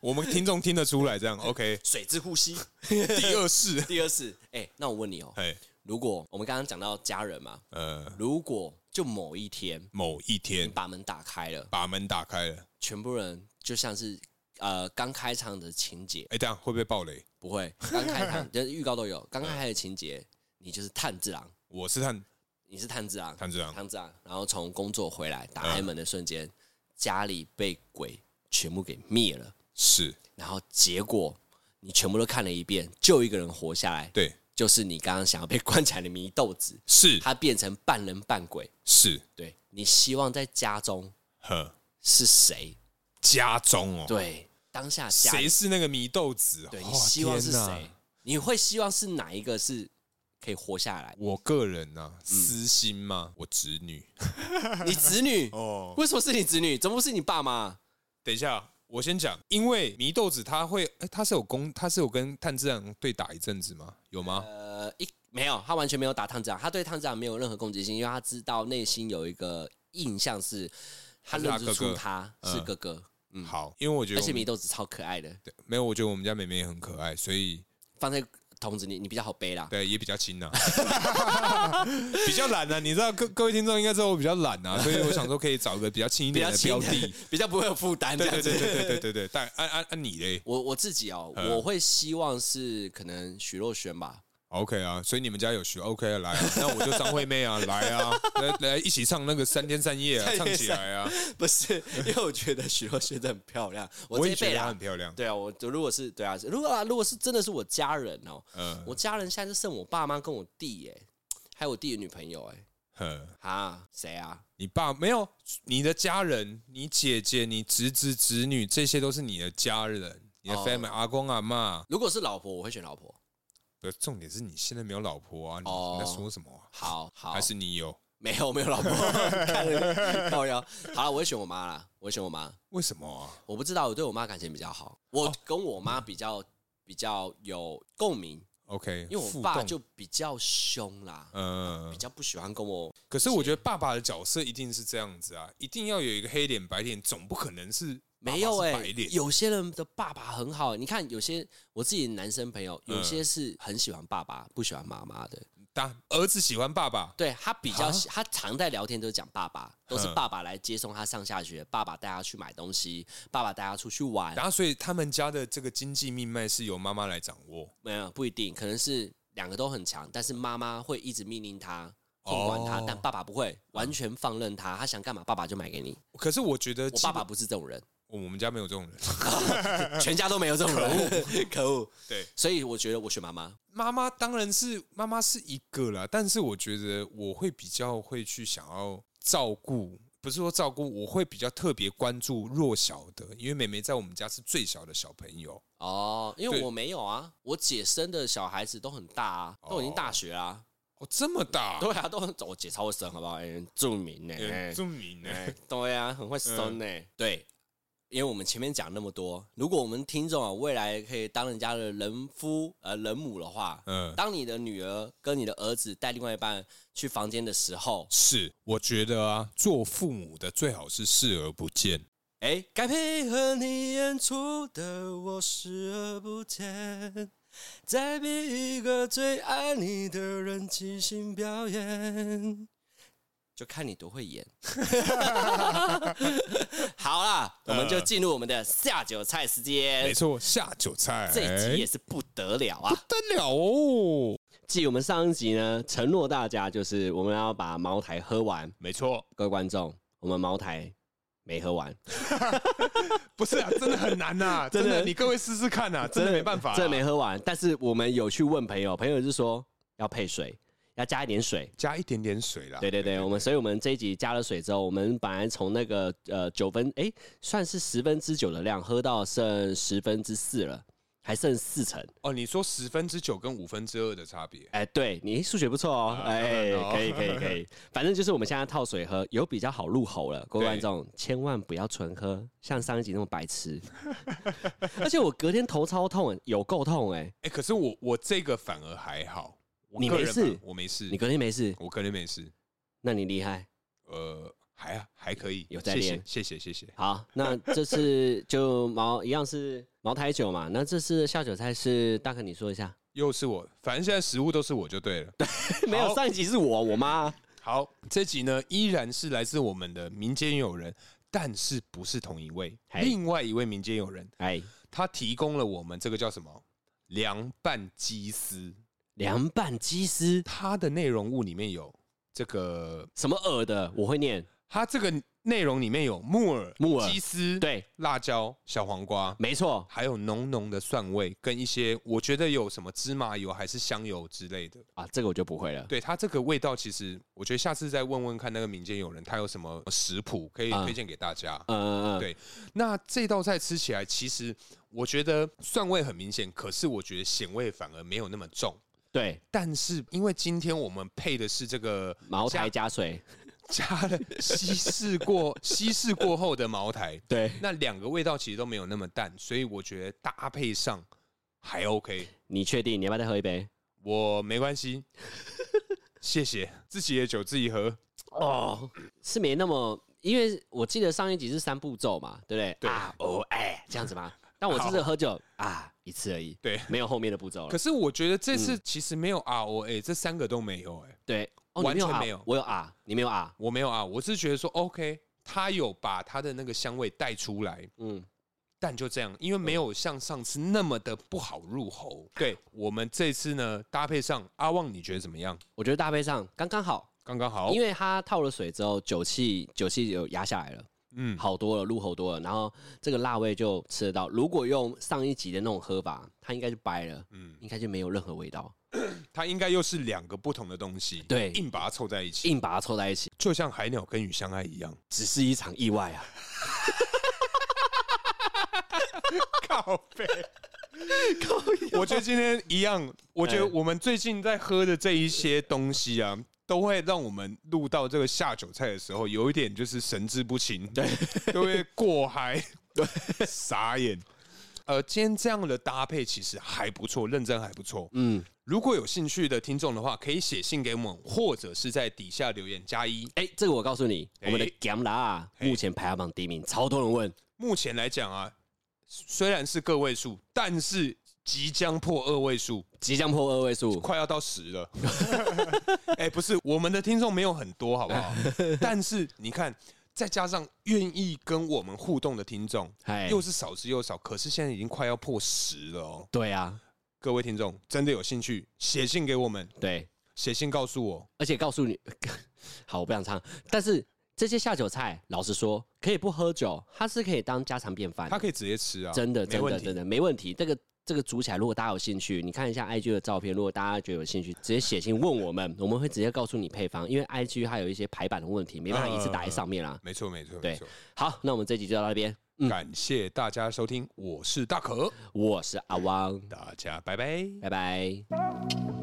Speaker 2: 我们听众听得出来，这样 OK。
Speaker 1: 水之呼 吸。
Speaker 2: 第 二世，
Speaker 1: 第二是，哎、那我问你哦、
Speaker 2: 哎
Speaker 1: 如果我们刚刚讲到家人嘛，
Speaker 2: 呃，
Speaker 1: 如果就某一天
Speaker 2: 某一
Speaker 1: 你
Speaker 2: 天
Speaker 1: 把门打开了，
Speaker 2: 把门打开了，
Speaker 1: 全部人就像是呃刚开场的情节，
Speaker 2: 哎、等一下会不会暴雷？
Speaker 1: 不会，刚开 场就是预告都有，刚开始的情节，你就是炭治郎，
Speaker 2: 我是探
Speaker 1: 你是炭治郎，
Speaker 2: 探知郎，
Speaker 1: 炭治郎，啊然后从工作回来打开门的瞬间，家里被鬼全部给灭了，
Speaker 2: 是
Speaker 1: 然后结果你全部都看了一遍，就一个人活下来，
Speaker 2: 对，
Speaker 1: 就是你刚刚想要被关起来的祢豆子，
Speaker 2: 是
Speaker 1: 他变成半人半鬼。
Speaker 2: 是，
Speaker 1: 对你希望在家中
Speaker 2: 呵，
Speaker 1: 是谁？
Speaker 2: 家中哦，
Speaker 1: 对，当下家
Speaker 2: 谁是那个祢豆子？
Speaker 1: 对
Speaker 2: 哦
Speaker 1: 你希望是？
Speaker 2: 天
Speaker 1: 谁
Speaker 2: 哪？？
Speaker 1: 你会希望是哪一个是可以活下来
Speaker 2: 我个人呐、
Speaker 1: 嗯
Speaker 2: 啊，私心嘛，我侄女
Speaker 1: 你子女
Speaker 2: 哦。
Speaker 1: 哦为什么是你子女？怎么不是你爸妈？
Speaker 2: 等一下，我先讲，因为祢豆子他会，哎、他是有攻，他是有跟炭治郎对打一阵子吗？有吗？
Speaker 1: 呃，一没有，他完全没有打炭治郎，他对炭治郎没有任何攻击性，因为他知道内心有一个印象是，他
Speaker 2: 他是他
Speaker 1: 认知
Speaker 2: 哥
Speaker 1: 出
Speaker 2: 哥
Speaker 1: 他是哥哥，嗯
Speaker 2: 好，因为我觉得
Speaker 1: 而
Speaker 2: 我
Speaker 1: 且
Speaker 2: 们
Speaker 1: 米豆子超可爱的，
Speaker 2: 对没有，我觉得我们家妹妹也很可爱，所以
Speaker 1: 放在桶子里你比较好背啦。
Speaker 2: 对也比较亲呐、 比较懒啊。你知道各各位听众应该知道我比较懒啊，所以我想说可以找一个比较轻一
Speaker 1: 比
Speaker 2: 点
Speaker 1: 较
Speaker 2: 的
Speaker 1: 轻
Speaker 2: 标
Speaker 1: 的
Speaker 2: 的。，
Speaker 1: 比较不会有负担。
Speaker 2: 对
Speaker 1: 这
Speaker 2: 对
Speaker 1: 样子
Speaker 2: 对对对对对对，但按按按你嘞
Speaker 1: 我我自己哦，
Speaker 2: 嗯
Speaker 1: 我会希望是可能许若瑄吧，
Speaker 2: ，OK 啊，所以你们家有学 OK 啊，来啊，那我就张惠妹 啊，来啊，来来一起唱那个三天三夜啊，
Speaker 1: 三
Speaker 2: 唱
Speaker 1: 天
Speaker 2: 起
Speaker 1: 三
Speaker 2: 来啊，
Speaker 1: 不是，因为我觉得许若瑄真的很漂 亮，我
Speaker 2: 我
Speaker 1: 这
Speaker 2: 也
Speaker 1: 一
Speaker 2: 觉
Speaker 1: 辈
Speaker 2: 得她
Speaker 1: 啦
Speaker 2: 很，漂亮，
Speaker 1: 对啊，我如果是对啊，如果啊如果是真的是我家人哦，
Speaker 2: 嗯
Speaker 1: 我家人现在就剩我爸妈跟我弟耶、还有我弟的女朋友哎、
Speaker 2: 哼。
Speaker 1: 啊谁啊？
Speaker 2: 你爸没有，你的家人，你姐姐、你侄子、侄女，这些都是你的家人，你的
Speaker 1: 哦
Speaker 2: family，、阿公阿妈。
Speaker 1: 如果是老婆，我会选老婆。
Speaker 2: 不，重点是你现在没有老婆啊，你,、
Speaker 1: 哦
Speaker 2: 你在说什么啊、
Speaker 1: 好好，
Speaker 2: 还是你有？
Speaker 1: 没有没有老 婆，看了靠腰。好了，我会选我妈啦，我会选我妈。
Speaker 2: 为什么啊？
Speaker 1: 我不知道，我对我妈感情比较好，
Speaker 2: 哦
Speaker 1: 我跟我妈比较比较有共鸣，
Speaker 2: OK，
Speaker 1: 因为我
Speaker 2: 互
Speaker 1: 爸
Speaker 2: 动
Speaker 1: 就比较凶啦，
Speaker 2: 嗯、
Speaker 1: 比较不喜欢跟我
Speaker 2: 可是我觉得爸爸的角色一定是这样子啊，一定要有一个黑脸白脸，总不可能是爸爸
Speaker 1: 没有
Speaker 2: 是
Speaker 1: 哎、
Speaker 2: 白脸
Speaker 1: 有些人的爸爸很好、你看有些我自己的男生朋友，
Speaker 2: 嗯
Speaker 1: 有些是很喜欢爸爸，不喜欢妈妈的。
Speaker 2: 当儿子喜欢爸爸，
Speaker 1: 对他比较
Speaker 2: 啊，
Speaker 1: 他常在聊天都是讲爸爸，都是
Speaker 2: 嗯
Speaker 1: 爸爸来接送他上下学，爸爸带他去买东西，爸爸带他出去玩
Speaker 2: 然。后所以他们家的这个经济命脉是由妈妈来掌握，
Speaker 1: 没有不一定，可能是两个都很强，但是妈妈会一直命令他。控管他
Speaker 2: 哦，
Speaker 1: 但爸爸不会完全放任他，他想干嘛爸爸就买给你。
Speaker 2: 可是我觉得
Speaker 1: 我
Speaker 2: 基
Speaker 1: 爸
Speaker 2: 本
Speaker 1: 爸不是这种人，
Speaker 2: 我们家没有 这种人。
Speaker 1: 全家都没有这种人，可恶。
Speaker 2: 对，
Speaker 1: 所以我觉得我选妈妈。
Speaker 2: 妈妈当然是妈妈是一个啦，但是我觉得我会比较会去想要照顾，不是说照顾，我会比较特别关注弱小的，因为妹妹在我们家是最小的小朋友。
Speaker 1: 哦，因为
Speaker 2: 对
Speaker 1: 我没有啊，我姐生的小孩子都很大啊，都已经大学啊，
Speaker 2: 哦，这么大，
Speaker 1: 对啊，都很我姐超会生，好不好？哎、著名呢、
Speaker 2: 欸
Speaker 1: 哎
Speaker 2: 著名呢、
Speaker 1: 哎 对啊，很会生呢、对，因为我们前面讲那么多，如果我们听众啊未来可以当人家的人夫呃人母的话，
Speaker 2: 嗯，
Speaker 1: 当你的女儿跟你的儿子带另外一半去房间的时候，
Speaker 2: 是，我觉得啊，做父母的最好是视而不见。
Speaker 1: 哎，该配合你演出的我视而不见，再逼一个最爱你的人即兴表演，就看你多会演。 好啦，我们就进入我们的下酒菜时
Speaker 2: 没
Speaker 1: 间。
Speaker 2: 错，下酒菜，
Speaker 1: 哎这一集也是不得了啊！
Speaker 2: 得了哦。
Speaker 1: 继我们上一集呢，承诺大家就是我们要把茅台喝完。
Speaker 2: 没错，
Speaker 1: 各位观众，我们茅台没喝完，
Speaker 2: 不是啊，真的很难呐、 真
Speaker 1: 的
Speaker 2: 的，你各位试试看呐、真的没办法、啊，
Speaker 1: 真的没喝完。但是我们有去问朋友，朋友就说要配水，要加一点水。
Speaker 2: 加一点点水啦。
Speaker 1: 对啊对对，我们所以我们这一集加了水之后，我们本来从那个呃九分哎、算是十分之九的量喝到剩十分之四了，还剩四成。
Speaker 2: 哦，你说十分之九跟五分之二的差别，
Speaker 1: 哎、对你数学不错哦，
Speaker 2: 啊
Speaker 1: 哎、
Speaker 2: 当然哦
Speaker 1: 可以可以可以，反正就是我们现在套水喝有比较好入喉了，各位
Speaker 2: 对
Speaker 1: 观众千万不要纯喝，像上一集那么白 痴。而且我隔天头超痛，有够痛哎、
Speaker 2: 哎、可是我我这个反而还好，我
Speaker 1: 你
Speaker 2: 个
Speaker 1: 没
Speaker 2: 人
Speaker 1: 事
Speaker 2: 吧我没事，
Speaker 1: 你隔天没事，
Speaker 2: 我可能没事，
Speaker 1: 那你厉害。
Speaker 2: 呃，还还可以，
Speaker 1: 有在
Speaker 2: 谢谢
Speaker 1: 练
Speaker 2: 谢谢谢谢，
Speaker 1: 好，那这次就茅一样是茅台酒嘛，那这次的下酒菜是大可你说一下，
Speaker 2: 又是我，反正现在食物都是我就对了。
Speaker 1: 没有上一集是我我妈，
Speaker 2: 好，这集呢依然是来自我们的民间友人，但是不是同一位，
Speaker 1: 嘿
Speaker 2: 另外一位民间友人，
Speaker 1: 哎，
Speaker 2: 他提供了我们这个叫什么凉拌鸡丝，
Speaker 1: 凉拌鸡丝
Speaker 2: 它的内容物里面有这个，
Speaker 1: 什么饵的我会念，
Speaker 2: 它这个内容里面有木耳、
Speaker 1: 木耳
Speaker 2: 鸡丝，。
Speaker 1: 对，
Speaker 2: 辣椒、小黄瓜，
Speaker 1: 没错，
Speaker 2: 还有浓浓的蒜味，跟一些我觉得有什么芝麻油还是香油之类的。
Speaker 1: 啊，这个我就不会了，
Speaker 2: 对它这个味道，其实我觉得下次再问问看那个民间友人他有什么食谱可以
Speaker 1: 啊
Speaker 2: 推荐给大家。
Speaker 1: 嗯嗯嗯，
Speaker 2: 对那这道菜吃起来，其实我觉得蒜味很明显，可是我觉得咸味反而没有那么重。
Speaker 1: 对，
Speaker 2: 但是因为今天我们配的是这个
Speaker 1: 茅台加水，
Speaker 2: 加了稀释过 稀释过后的茅台，
Speaker 1: 对，
Speaker 2: 那两个味道其实都没有那么淡，所以我觉得搭配上还 OK。
Speaker 1: 你确定你要不要再喝一杯？
Speaker 2: 我没关系，谢谢， 自己的酒自己喝。
Speaker 1: 哦，是没那么，因为我记得上一集是三步骤嘛，对不对？
Speaker 2: 对
Speaker 1: 啊，哦，哎，这样子吗？但我这次喝酒啊一次而已，
Speaker 2: 对
Speaker 1: 没有后面的步骤
Speaker 2: 可
Speaker 1: 了。
Speaker 2: 是我觉得这次其实没有 ROA，、这三个都没有、哎，
Speaker 1: 对，哦，
Speaker 2: 完
Speaker 1: 你没有
Speaker 2: 全
Speaker 1: 啊
Speaker 2: 没有
Speaker 1: 我有啊，你没有啊，
Speaker 2: 我没有啊，我是觉得说 OK，他有把他的那个香味带出来，
Speaker 1: 嗯，
Speaker 2: 但就这样，因为没有像上次那么的不好入喉。对我们这次呢，搭配上阿旺，你觉得怎么样？
Speaker 1: 我觉得搭配上刚刚好，
Speaker 2: 刚刚好
Speaker 1: 因，为它套了水之后，酒气酒气有压下来了。
Speaker 2: 嗯，
Speaker 1: 好多了，入喉多了，然后这个辣味就吃得到。如果用上一集的那种喝法，它应该就掰了，
Speaker 2: 嗯
Speaker 1: 嗯，应该就没有任何味道，
Speaker 2: 它应该又是两个不同的东西，
Speaker 1: 对
Speaker 2: 硬把它凑在一起，
Speaker 1: 硬把它凑在一起，
Speaker 2: 就像海鸟跟鱼相爱一样。
Speaker 1: 只是一场意外啊！
Speaker 2: 靠 背，我觉得今天一样，我觉得我们最近在喝的这一些东西啊，都会让我们录到这个下酒菜的时候，有一点就是神志不清，对，都会过嗨， 对，傻眼。呃，今天这样的搭配其实还不错，认真还不错。
Speaker 1: 嗯，
Speaker 2: 如果有兴趣的听众的话，可以写信给我们，或者是在底下留言加一。
Speaker 1: 哎、这个我告诉你，
Speaker 2: 哎
Speaker 1: 我们的 Gamla
Speaker 2: 哎
Speaker 1: 目前排行榜第一名，超多人问，
Speaker 2: 目前来讲啊，虽然是个位数，但是即将破二位数，
Speaker 1: 即将破二位数，
Speaker 2: 快要到十了。 哎、不是，我们的听众没有很多，好 不好？但是你看，再加上愿意跟我们互动的听众，
Speaker 1: 哎，
Speaker 2: 又是少之又少。可是现在已经快要破十了哦，
Speaker 1: 对啊，
Speaker 2: 各位听众真的有兴趣，写信给我们，
Speaker 1: 对，
Speaker 2: 写信告诉我。
Speaker 1: 而且告诉你， 好，我不想唱，但是这些下酒菜，老实说，可以不喝酒，它是可以当家常便饭的
Speaker 2: 他可以直接吃啊，
Speaker 1: 哎真的，
Speaker 2: 没
Speaker 1: 真
Speaker 2: 问
Speaker 1: 的，
Speaker 2: 题
Speaker 1: 真。的没问题。这个这个煮起来，如果大家有兴趣，你看一下 IG 的照片，如果大家觉得有兴趣，直接写信问我们， 我们会直接告诉你配方，因为 IG 它有一些排版的问题，没办法一次打在上面啦。
Speaker 2: 没错，没错，
Speaker 1: 对嗯
Speaker 2: 没错。
Speaker 1: 好，那我们这集就到这边，
Speaker 2: 感谢大家收听，我是大可，
Speaker 1: 我是阿汪，
Speaker 2: 大家拜拜。
Speaker 1: 拜拜。
Speaker 3: Thank